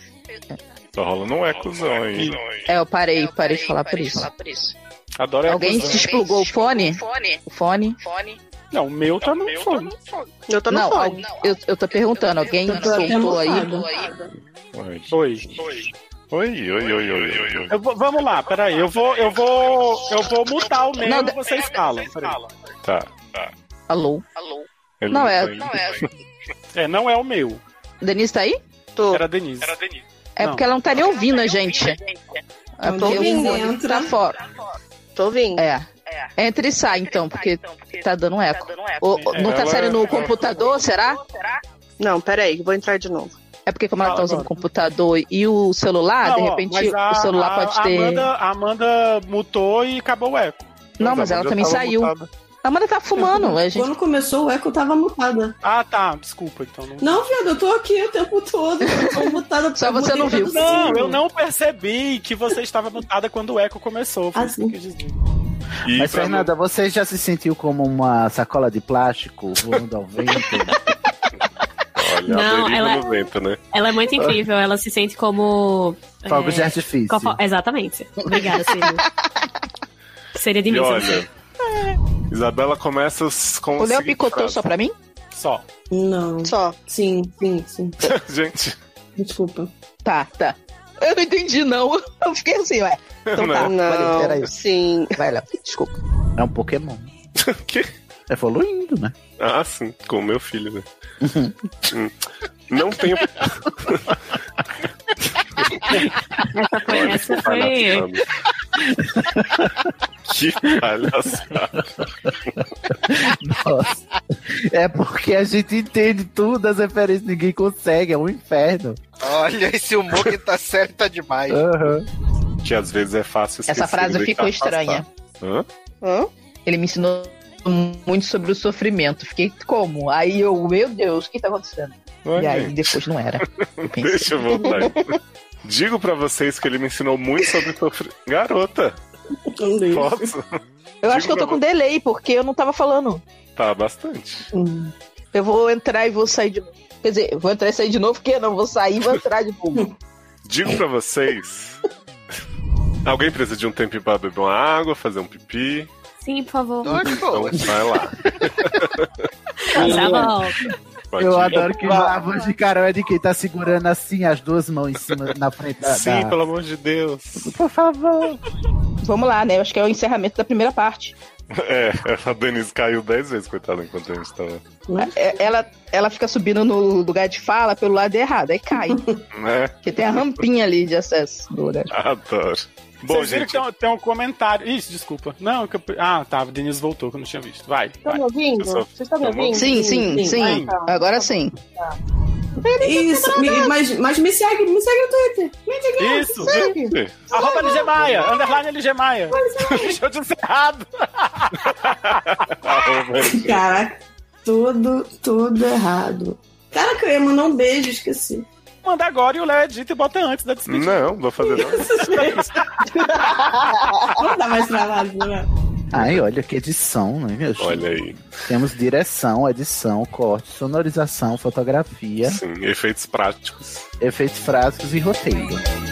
Tá rolando um ecozão aí. É, eu parei, parei de falar por isso. Adoro Alguém ecozão. desplugou o fone? fone? O fone? Não, o meu tá no fone. Eu tô tá no não, fone. al- Eu, eu tô perguntando, alguém Eu tô até soltou aí? mofado. Oi. Oi. Oi, oi, oi, oi, oi, oi. Eu vou- vamos lá, peraí. Eu vou, eu vou, eu vou mutar o meu Não, e é, vocês falam. peraí. Tá, tá. Alô? Alô? Ele Não é- tá indo não é. bem. É, não é o meu. Denise tá aí? Era a Denise. Era Denise. É porque ela não tá nem ouvindo a gente. É Então, porque o Denise, fone entra. tá fora. Tô ouvindo. É. Entra e sai então, porque tá dando um eco. Ou- ou- não tá É, Ela- assim. saindo no computador, será? Não, peraí, vou entrar de novo. É porque como ela tá usando o computador e o celular, de Não, ó, repente mas a- o celular a- pode a ter. Amanda, a Amanda mutou e acabou o eco. Não, mas ela também saiu. A Amanda tá fumando. A gente... Quando começou o eco, eu tava mutada. Ah, tá. Desculpa, então. Não, viado, eu tô aqui o tempo todo. Eu tô mutada. Só porque eu mudei todo Não, mundo. eu não percebi que você estava mutada quando o eco começou. Foi isso que eu quis dizer. Mas, Fernanda, você já se sentiu como uma sacola de plástico voando ao vento? Olha, Não, não, ela- no vento, né? Ela é muito incrível, ela se sente como. é, Fogos de artifício. com a fo- Exatamente. Obrigada, Círio. Seria de mim, E se eu olha, não Isabela começa os- com O Léo seguinte picotou frase. só pra mim? Só. Não. Só. Sim, sim, sim. Gente. Desculpa. Tá, tá. Eu não entendi, não. Eu fiquei assim, ué. Então Não. tá. Não, Valeu, peraí. Sim. Vai lá, desculpa. É um Pokémon. que? Evoluindo, né? Ah, sim, com o meu filho, né? Hum. Não tenho. Essa foi- Olha, essa que foi- palhaçada. Que palhaçada. Nossa. É porque a gente entende tudo as referências, ninguém consegue, é um inferno. Olha, esse humor que tá sério tá demais. Aham. Que às vezes é fácil Essa esquecer frase de ficou afastar. estranha. Hã? Ele me ensinou muito sobre o sofrimento. Fiquei como? Aí eu, meu Deus, o que tá acontecendo? Olha. E aí depois não era. Deixa eu voltar. aí. Digo pra vocês que ele me ensinou muito sobre sofrer. Garota! Posso? Eu acho que eu tô com delay, porque eu não tava falando. Tá, bastante. Eu vou entrar e vou sair de novo. Quer dizer, eu vou entrar e sair de novo, porque eu não vou sair e vou entrar de novo. Digo pra vocês. Alguém precisa de um tempinho pra beber uma água, fazer um pipi. Sim, por favor. Então vai lá. Tá bom. Pode Eu ir. adoro que Vai. a voz de Carol é de quem tá segurando assim as duas mãos em cima na frente da. Sim, da- pelo amor de Deus. Por favor. Vamos lá, né? Eu acho que é o encerramento da primeira parte. É, a Denise caiu 10 vezes, coitada, enquanto a gente tava. Hum? É- Ela, ela fica subindo no lugar de fala pelo lado errado, aí cai. Né? Ah, Porque tem a rampinha ali de acesso do lugar. Adoro. Bom, Vocês viram gente. que tem, um- tem um comentário. Isso, desculpa. Não, que eu... Ah, tá. A Denise voltou, que eu não tinha visto. Vai. tá Estão me ouvindo? Vocês estão me ouvindo? Sim, sim, sim. Ah, tá. Agora sim. Isso, me- mas, mas me segue, me segue no Twitter. Me segue, me Isso, segue. Arroba LG Maia. Underline LG Maia. Deixa eu dizer errado. Caraca, tudo, tudo errado. Cara, que eu ia mandar um beijo, esqueci. manda agora e o Léo edita e bota antes da despedida. Não, vou fazer não. Não dá mais trabalho, né? Ai, olha que edição, né, meu filho? Olha aí. Temos direção, edição, corte, sonorização, fotografia, Sim, efeitos práticos. efeitos práticos e roteiro.